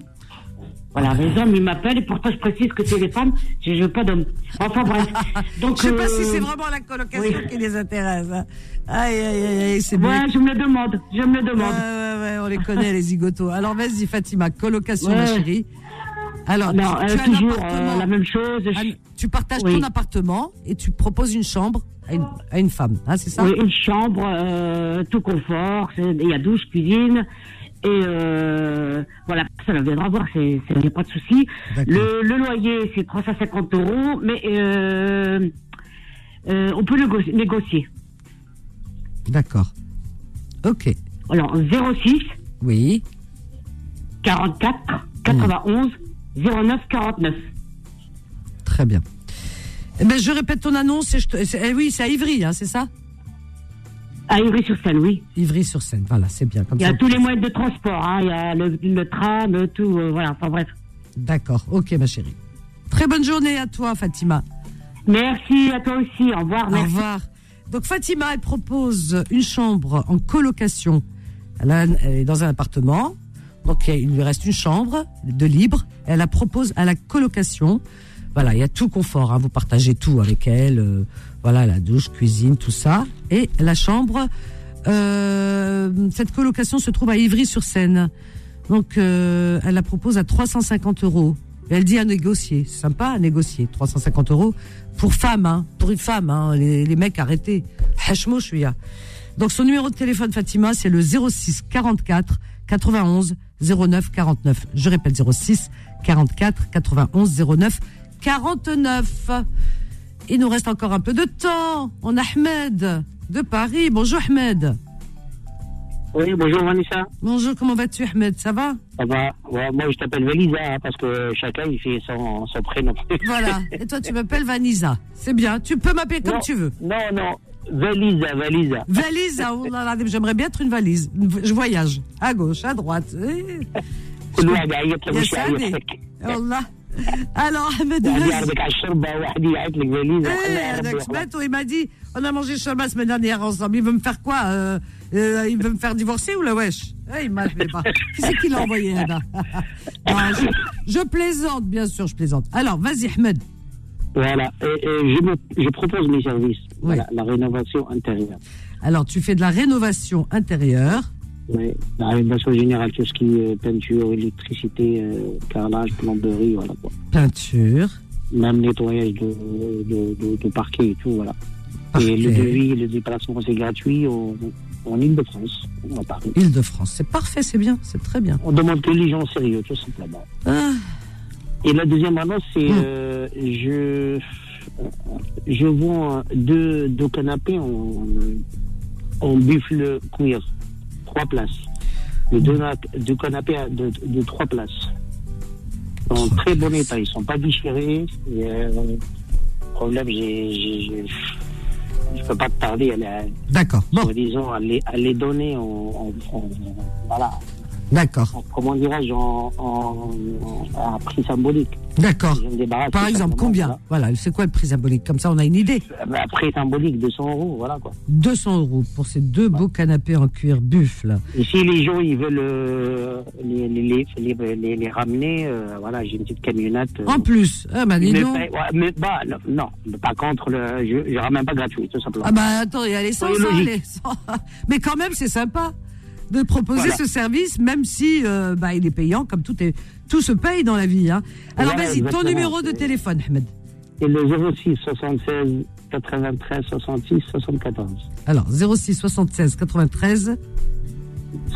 [SPEAKER 11] Voilà, les hommes ils m'appellent et pourtant je précise que c'est les femmes, je je veux pas d'hommes. Enfin
[SPEAKER 2] [laughs]
[SPEAKER 11] bref.
[SPEAKER 2] Je
[SPEAKER 11] Donc,
[SPEAKER 2] je sais pas si
[SPEAKER 11] euh,
[SPEAKER 2] c'est vraiment la colocation qui les intéresse. hein. Aïe, aïe, aïe, aïe, c'est
[SPEAKER 11] Ouais,
[SPEAKER 2] bien.
[SPEAKER 11] je me le demande, je me le demande.
[SPEAKER 2] Ouais, ouais, ouais, on les connaît, les zigotos. Alors, vas-y, Fatima, colocation,
[SPEAKER 11] Ouais.
[SPEAKER 2] ma chérie. Alors,
[SPEAKER 11] Non,
[SPEAKER 2] tu,
[SPEAKER 11] euh,
[SPEAKER 2] tu as un
[SPEAKER 11] toujours,
[SPEAKER 2] appartement.
[SPEAKER 11] euh, la même chose.
[SPEAKER 2] Ah, tu partages
[SPEAKER 11] Oui.
[SPEAKER 2] ton appartement et tu proposes une chambre à une, à une femme, hein, c'est ça
[SPEAKER 11] Oui, une chambre, euh, tout confort, c'est- euh, il y a douche, cuisine. Et euh, voilà, ça le viendra voir, c'est- c'est- il n'y a pas de souci. Le, le loyer, c'est 350 euros, mais euh, euh, on peut négo- négocier.
[SPEAKER 2] D'accord. Ok.
[SPEAKER 11] Alors, 06
[SPEAKER 2] Oui.
[SPEAKER 11] 44 91 09 49.
[SPEAKER 2] Très bien. Eh ben, je répète ton annonce. Et je te- c'est- eh oui, c'est à Ivry, hein, c'est ça
[SPEAKER 11] À Ivry-sur-Seine, oui.
[SPEAKER 2] Ivry-sur-Seine, voilà, c'est bien. Comme
[SPEAKER 11] Il y a
[SPEAKER 2] ça.
[SPEAKER 11] tous les moyens de transport, hein, il y a le, le tram, tout, euh, voilà, enfin bref.
[SPEAKER 2] D'accord, ok ma chérie. Très bonne journée à toi, Fatima.
[SPEAKER 11] Merci à toi aussi. Au revoir.
[SPEAKER 2] Au revoir. Donc Fatima, elle propose une chambre en colocation. Elle, a- elle est dans un appartement, donc il y a- il lui reste une chambre de libre. Elle la propose à la colocation. Voilà, il y a tout confort. hein, Vous partagez tout avec elle. euh, voilà, la douche, cuisine, tout ça. Et la chambre. euh, cette colocation se trouve à Ivry-sur-Seine. Donc, euh, elle la propose à 350 euros. Et elle dit à négocier. C'est sympa à négocier. 350 euros pour femme, hein, pour une femme. Hein, les, les mecs, arrêtez. Hachmo, je suis là. Donc, son numéro de téléphone, Fatima, c'est le 06 44 91 09 49. Je répète, 06 44 91 09 49. Il nous reste encore un peu de temps. On a Ahmed de Paris. Bonjour, Ahmed.
[SPEAKER 12] Oui, bonjour Vanessa.
[SPEAKER 2] Bonjour, comment vas-tu, Ahmed Ça va
[SPEAKER 12] Ça va Ouais, Moi, je t'appelle Valisa hein, parce que chacun il fait son, son prénom.
[SPEAKER 2] Voilà. Et toi, tu m'appelles Vanisa. C'est bien. Tu peux m'appeler comme
[SPEAKER 12] Non,
[SPEAKER 2] tu veux.
[SPEAKER 12] [laughs] Non, non. Valisa, Valisa.
[SPEAKER 2] Valise, ah, oh là là, j'aimerais bien être une valise. Je voyage à gauche, à droite. Eh.
[SPEAKER 12] الواحد يعيط لك
[SPEAKER 2] يا
[SPEAKER 12] مش
[SPEAKER 2] سعدي.
[SPEAKER 12] يعيط
[SPEAKER 2] والله الو احمد
[SPEAKER 12] واحد
[SPEAKER 2] بس.
[SPEAKER 12] يعرضك على الشربة واحد يعيط لك فاليزا
[SPEAKER 2] Eh, avec ce matin, il m'a dit on a mangé Shalma la semaine dernière ensemble. Il veut me faire quoi euh, euh, Il veut me faire divorcer ou la wesh Eh, Il m'a je sais pas. Qui c'est qui l'a envoyé, Anna Non, je, je plaisante, bien sûr, je plaisante. Alors, vas-y, Ahmed.
[SPEAKER 12] Voilà, et, et je, me, je propose mes services. Voilà, la rénovation intérieure.
[SPEAKER 2] Alors, tu fais de la rénovation intérieure.
[SPEAKER 12] Oui, la rénovation générale, tout ce qui est peinture, électricité, euh, carrelage, plomberie, voilà quoi.
[SPEAKER 2] Peinture.
[SPEAKER 12] Même nettoyage de, de, de, de parquet et tout, voilà. Et le
[SPEAKER 2] Parfait.
[SPEAKER 12] devis, le déplacement, c'est gratuit en, en Ile-de-France, à Paris.
[SPEAKER 2] Île-de-France, c'est parfait, c'est bien, c'est très bien.
[SPEAKER 12] On demande que les gens sérieux, tout simplement.
[SPEAKER 2] Ah. Hmm.
[SPEAKER 12] Et la deuxième annonce, c'est euh, je je vends deux, deux canapés en, en buffle cuir, trois places. Les deux, na- deux canapés à- de, de trois places. En très bon état, ils sont pas déchirés. Et, euh, problème, j'ai- j'ai- j'ai- je peux pas te parler. Elle,
[SPEAKER 2] D'accord.
[SPEAKER 12] Bon. Disons, à les, à les donner en, en- en- voilà,
[SPEAKER 2] D'accord.
[SPEAKER 12] Comment dirais-je, en, en- en- à prix symbolique.
[SPEAKER 2] D'accord.
[SPEAKER 12] Je me débarrasse
[SPEAKER 2] Par
[SPEAKER 12] tout
[SPEAKER 2] exemple,
[SPEAKER 12] simplement,
[SPEAKER 2] combien Voilà, c'est quoi le prix symbolique Comme ça, on a une idée.
[SPEAKER 12] voilà. À prix Ah, symbolique, 200 euros, voilà quoi.
[SPEAKER 2] 200 euros pour ces deux beaux canapés en cuir buffle.
[SPEAKER 12] Et si les gens ils veulent euh, les, les, les, les, les- les ramener, euh, voilà, j'ai une petite camionnette. euh,
[SPEAKER 2] En plus, ah bah dis
[SPEAKER 12] mais,
[SPEAKER 2] donc.
[SPEAKER 12] pas- ouais, mais bah, non, non, mais par contre, le, je, je ramène pas gratuit, tout simplement.
[SPEAKER 2] Ah bah attends, il y a l'essence,
[SPEAKER 12] Oui,
[SPEAKER 2] hein,
[SPEAKER 12] logique.
[SPEAKER 2] l'essence. [laughs] Mais quand même, c'est sympa de proposer
[SPEAKER 12] Voilà.
[SPEAKER 2] ce service, même si euh, bah, il est payant, comme tout est, tout se paye dans la vie. hein. Alors
[SPEAKER 12] Voilà,
[SPEAKER 2] vas-y, ton
[SPEAKER 12] exactement.
[SPEAKER 2] numéro de téléphone, Ahmed.
[SPEAKER 12] Et le 06 76 93 66 74.
[SPEAKER 2] Alors 06 76 93.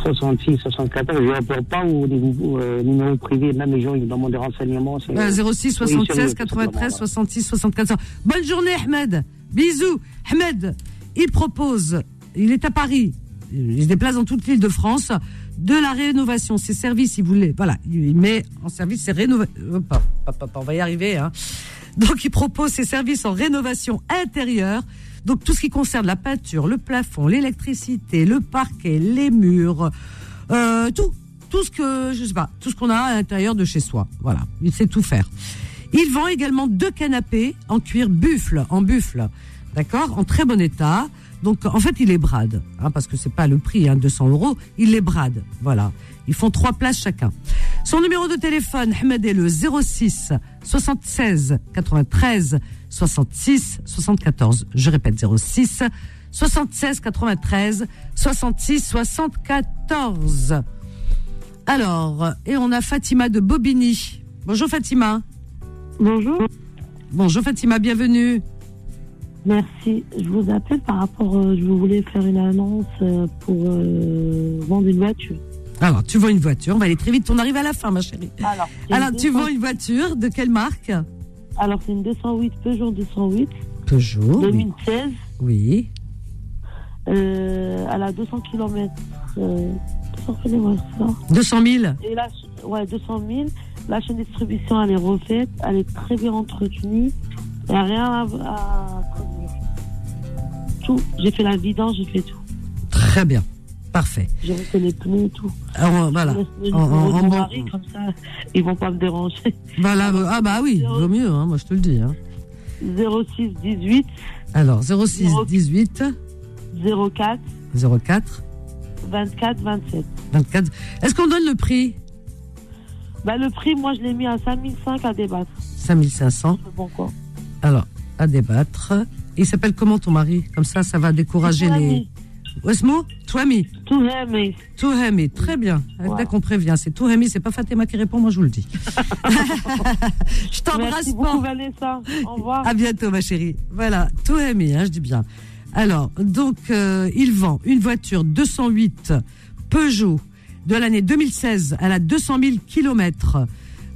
[SPEAKER 12] 66 74, je ne réponds pas au niveau, euh, numéro privé, même les gens ils demandent des renseignements. c'est-
[SPEAKER 2] Euh, 06
[SPEAKER 12] Oui, sérieux,
[SPEAKER 2] 76
[SPEAKER 12] tout simplement,
[SPEAKER 2] 93 66 74. Bonne journée, Ahmed. Bisous. Ahmed, il propose, il est à Paris, il se déplace dans toute l'île de France, de la rénovation, ses services, il voulait. Voilà, il met en service ses euh, rénovations. on va y arriver. hein. Donc, il propose ses services en rénovation intérieure. Donc, tout ce qui concerne la peinture, le plafond, l'électricité, le parquet, les murs, euh, tout tout ce que je sais pas, tout ce qu'on a à l'intérieur de chez soi. Voilà, il sait tout faire. Il vend également deux canapés en cuir buffle, en buffle, d'accord, en très bon état. Donc en fait, il les brade, hein, parce que c'est pas le prix, hein, 200 euros. Il les brade, voilà. Ils font trois places chacun. Son numéro de téléphone, Ahmed est le 06 76 93 66 74. Je répète 06 76 93 66 74. Alors, et on a Fatima de Bobigny. Bonjour Fatima.
[SPEAKER 13] Bonjour.
[SPEAKER 2] Bonjour Fatima, bienvenue.
[SPEAKER 13] Merci. Je vous appelle par rapport. euh, je voulais faire une annonce euh, pour euh, vendre une voiture.
[SPEAKER 2] Alors, tu vends une voiture, on va aller très vite, on arrive à la fin ma chérie.
[SPEAKER 13] Alors,
[SPEAKER 2] Alors, tu vends une voiture de quelle marque
[SPEAKER 13] Alors, c'est une 208 Peugeot 208
[SPEAKER 2] Peugeot. oui.
[SPEAKER 13] 2016.
[SPEAKER 2] Oui.
[SPEAKER 13] euh, elle a 200 km. Euh, 200 km, ça.
[SPEAKER 2] 200 000
[SPEAKER 13] Et la, ch- ouais, 200 000. La chaîne de distribution, elle est refaite. Elle est très bien entretenue. Il n'y a rien à. à- comment dire. tout. J'ai fait la vidange, j'ai fait tout.
[SPEAKER 2] Très bien. Parfait.
[SPEAKER 13] J'ai refait les pneus et tout.
[SPEAKER 2] Alors, voilà.
[SPEAKER 13] Je laisse le
[SPEAKER 2] En- en-
[SPEAKER 13] numéro de
[SPEAKER 2] en
[SPEAKER 13] mon
[SPEAKER 2] bon-
[SPEAKER 13] mari, comme ça, ils vont pas me déranger.
[SPEAKER 2] Voilà, euh, ah bah oui, vaut mieux, hein, moi je te le dis. hein.
[SPEAKER 13] 06 18
[SPEAKER 2] Alors, 06 18
[SPEAKER 13] 04
[SPEAKER 2] 04
[SPEAKER 13] 24 27.
[SPEAKER 2] 24. Est-ce qu'on donne le prix
[SPEAKER 13] Bah, le prix, moi, je l'ai mis à 5005 à débattre.
[SPEAKER 2] 5500.
[SPEAKER 13] Bon, quoi.
[SPEAKER 2] Alors, à débattre. Il s'appelle comment ton mari Comme ça, ça va décourager les.
[SPEAKER 13] Touhami.
[SPEAKER 2] Osmo Touhami
[SPEAKER 13] Touhami.
[SPEAKER 2] Touhami, très bien. Dès qu'on prévient, c'est Touhami, c'est pas Fatima qui répond, moi je vous
[SPEAKER 13] [laughs]
[SPEAKER 2] le dis. [laughs] je t'embrasse
[SPEAKER 13] Merci
[SPEAKER 2] fort.
[SPEAKER 13] beaucoup,
[SPEAKER 2] [laughs]
[SPEAKER 13] Vanessa. Au revoir.
[SPEAKER 2] À bientôt, ma chérie. Voilà, Touhami, hein, je dis bien. Alors, donc, euh, il vend une voiture 208 Peugeot de l'année 2016. Elle a 200 000 kilomètres.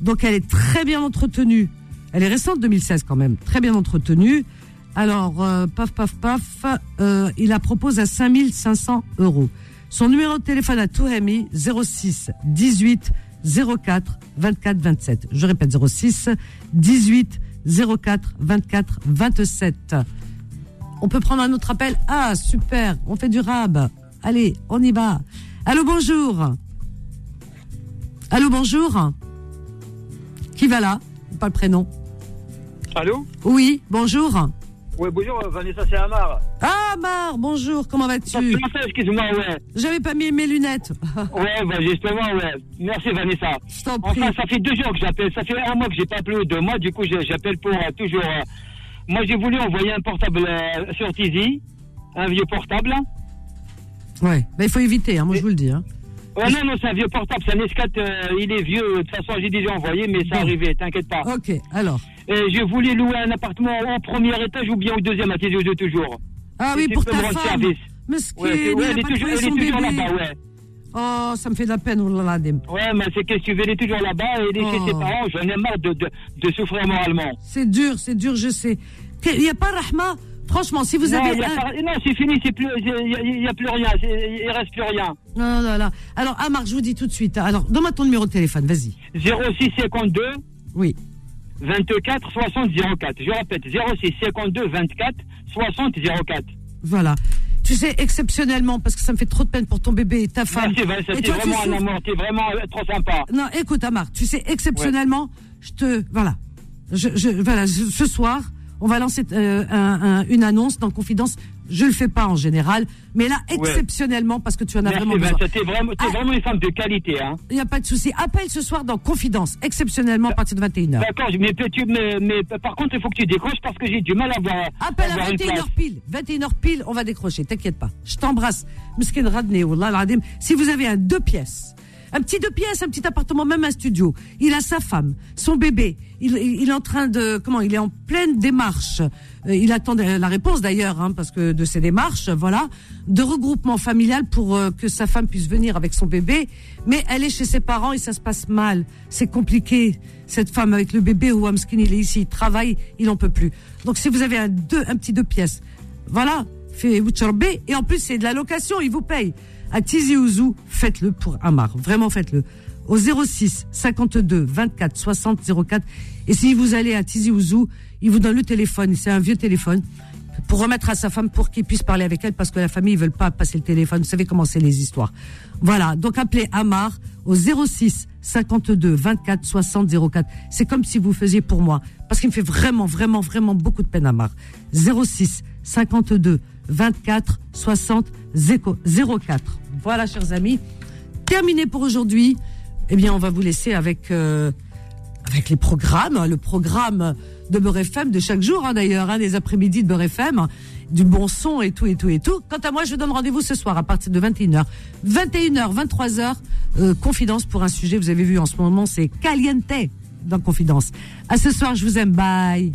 [SPEAKER 2] Donc, elle est très bien entretenue. Elle est récente, 2016 quand même. Très bien entretenue. Alors, euh, paf, paf, paf, euh, il la propose à 5500 euros. Son numéro de téléphone à Touhami, 06 18 04 24 27. Je répète, 06 18 04 24 27. On peut prendre un autre appel Ah, super, on fait du rab. Allez, on y va. Allô, bonjour. Allô, bonjour. Qui va là Pas le prénom.
[SPEAKER 14] Allô
[SPEAKER 2] Oui, bonjour.
[SPEAKER 14] Ouais, bonjour, euh, Vanessa, c'est Amar.
[SPEAKER 2] Ah, Mar, bonjour, comment vas-tu
[SPEAKER 14] excuse-moi, ouais.
[SPEAKER 2] J'avais pas mis mes lunettes.
[SPEAKER 14] [laughs] Ouais, bah justement, ouais. Merci, Vanessa. Enfin, ça fait deux jours que j'appelle. Ça fait un mois que j'ai pas appelé, ou deux mois. Du coup, j'ai- j'appelle pour euh, toujours. euh, Moi, j'ai voulu envoyer un portable euh, sur Tizi, un vieux portable.
[SPEAKER 2] Ouais, bah, il faut éviter, hein, moi je vous le dis. hein.
[SPEAKER 14] Ouais, Oh, non, non, c'est un vieux portable, c'est un S4, euh, il est vieux. De toute façon, j'ai déjà envoyé, mais ça arrivait, t'inquiète pas.
[SPEAKER 2] Ok, alors.
[SPEAKER 14] Et je voulais louer un appartement au premier étage ou bien au deuxième, à Tizi, de toujours.
[SPEAKER 2] Ah
[SPEAKER 14] Et
[SPEAKER 2] oui,
[SPEAKER 14] tu
[SPEAKER 2] pour
[SPEAKER 14] peux
[SPEAKER 2] ta
[SPEAKER 14] me rendre
[SPEAKER 2] femme.
[SPEAKER 14] service.
[SPEAKER 2] Mesquine,
[SPEAKER 14] Ouais, c'est- ouais,
[SPEAKER 2] elle a
[SPEAKER 14] elle est
[SPEAKER 2] pas
[SPEAKER 14] toujours-
[SPEAKER 2] trouvé
[SPEAKER 14] elle est
[SPEAKER 2] son
[SPEAKER 14] toujours
[SPEAKER 2] bébé.
[SPEAKER 14] là-bas, ouais.
[SPEAKER 2] Oh, ça me fait de la peine, oh là là, Dem.
[SPEAKER 14] Ouais, mais c'est qu'est-ce que tu veux, il est toujours là-bas et il est chez
[SPEAKER 2] Oh.
[SPEAKER 14] ses parents. J'en ai marre de, de, de souffrir moralement.
[SPEAKER 2] C'est dur, c'est dur, je sais. Il n'y a pas Rahma Franchement, si vous
[SPEAKER 14] non,
[SPEAKER 2] avez.
[SPEAKER 14] il y a
[SPEAKER 2] un-
[SPEAKER 14] pas- non, c'est fini, c'est plus, il n'y a, plus rien, c'est- il reste plus rien.
[SPEAKER 2] Non, non, non. Alors, Amar, je vous dis tout de suite. hein. Alors, donne-moi ton numéro de téléphone, vas-y.
[SPEAKER 14] 06 52
[SPEAKER 2] Oui.
[SPEAKER 14] 24 60 04. Je répète, 06 52 24 60 04.
[SPEAKER 2] Voilà. tu sais, exceptionnellement, parce que ça me fait trop de peine pour ton bébé et ta femme.
[SPEAKER 14] Merci Vanessa,
[SPEAKER 2] Et
[SPEAKER 14] t'es
[SPEAKER 2] toi, tu
[SPEAKER 14] vraiment un
[SPEAKER 2] souffres.
[SPEAKER 14] amour, t'es vraiment euh, trop sympa.
[SPEAKER 2] Non, écoute, Amar, tu sais, exceptionnellement, je te. Voilà. Je, je- voilà je- ce soir, on va lancer euh, un- un- une annonce dans Confidence. Je le fais pas en général, mais là,
[SPEAKER 14] Ouais.
[SPEAKER 2] exceptionnellement, parce que tu en as
[SPEAKER 14] Merci
[SPEAKER 2] vraiment besoin. Ah.
[SPEAKER 14] Vanessa, t'es vraiment, t'es vraiment une femme de qualité. Hein.
[SPEAKER 2] Il n'y a pas de souci. Appelle ce soir dans Confidence, exceptionnellement à
[SPEAKER 14] Bah,
[SPEAKER 2] partir de 21h.
[SPEAKER 14] D'accord, mais, tu- mais, mais par contre, il faut que tu décroches parce que j'ai du mal à voir.
[SPEAKER 2] Appelle
[SPEAKER 14] avoir
[SPEAKER 2] à
[SPEAKER 14] une
[SPEAKER 2] 21h
[SPEAKER 14] place.
[SPEAKER 2] pile. 21h pile, on va décrocher, t'inquiète pas. Je t'embrasse. Meskin Radney, Wallah al-Adim. Si vous avez un deux pièces, un petit deux pièces, un petit appartement, même un studio, il a sa femme, son bébé, il, il- il est en train de, comment, il est en pleine démarche. Euh, Il attend de- la réponse d'ailleurs, hein, parce que de ses démarches, voilà, de regroupement familial pour euh, que sa femme puisse venir avec son bébé. Mais elle est chez ses parents et ça se passe mal. C'est compliqué. Cette femme avec le bébé ou Amskin, il est ici, il travaille, il en peut plus. Donc si vous avez un, deux, un petit deux pièces, voilà, fait Boucharbé. Et en plus, c'est de la location, il vous paye. À Tizi Ouzou, faites-le pour Amar. Vraiment, faites-le. Au 06 52 24 60 04. Et si vous allez à Tizi Ouzou, il vous donne le téléphone. C'est un vieux téléphone pour remettre à sa femme pour qu'il puisse parler avec elle parce que la famille ils veulent pas passer le téléphone. Vous savez comment c'est les histoires. Voilà. Donc appelez Amar au 06 52 24 60 04. C'est comme si vous faisiez pour moi parce qu'il me fait vraiment vraiment vraiment beaucoup de peine Amar. 06 52 24 60 zéco- 04. Voilà chers amis. Terminé pour aujourd'hui. Eh bien on va vous laisser avec euh, avec les programmes, hein, le programme de Beurre FM de chaque jour, hein, d'ailleurs, hein, des après-midi de Beurre FM, hein, du bon son et tout, et tout, et tout. Quant à moi, je vous donne rendez-vous ce soir à partir de 21h. 21h, 23h, euh, confidence pour un sujet, vous avez vu en ce moment, c'est Caliente dans Confidence. À ce soir, je vous aime, bye.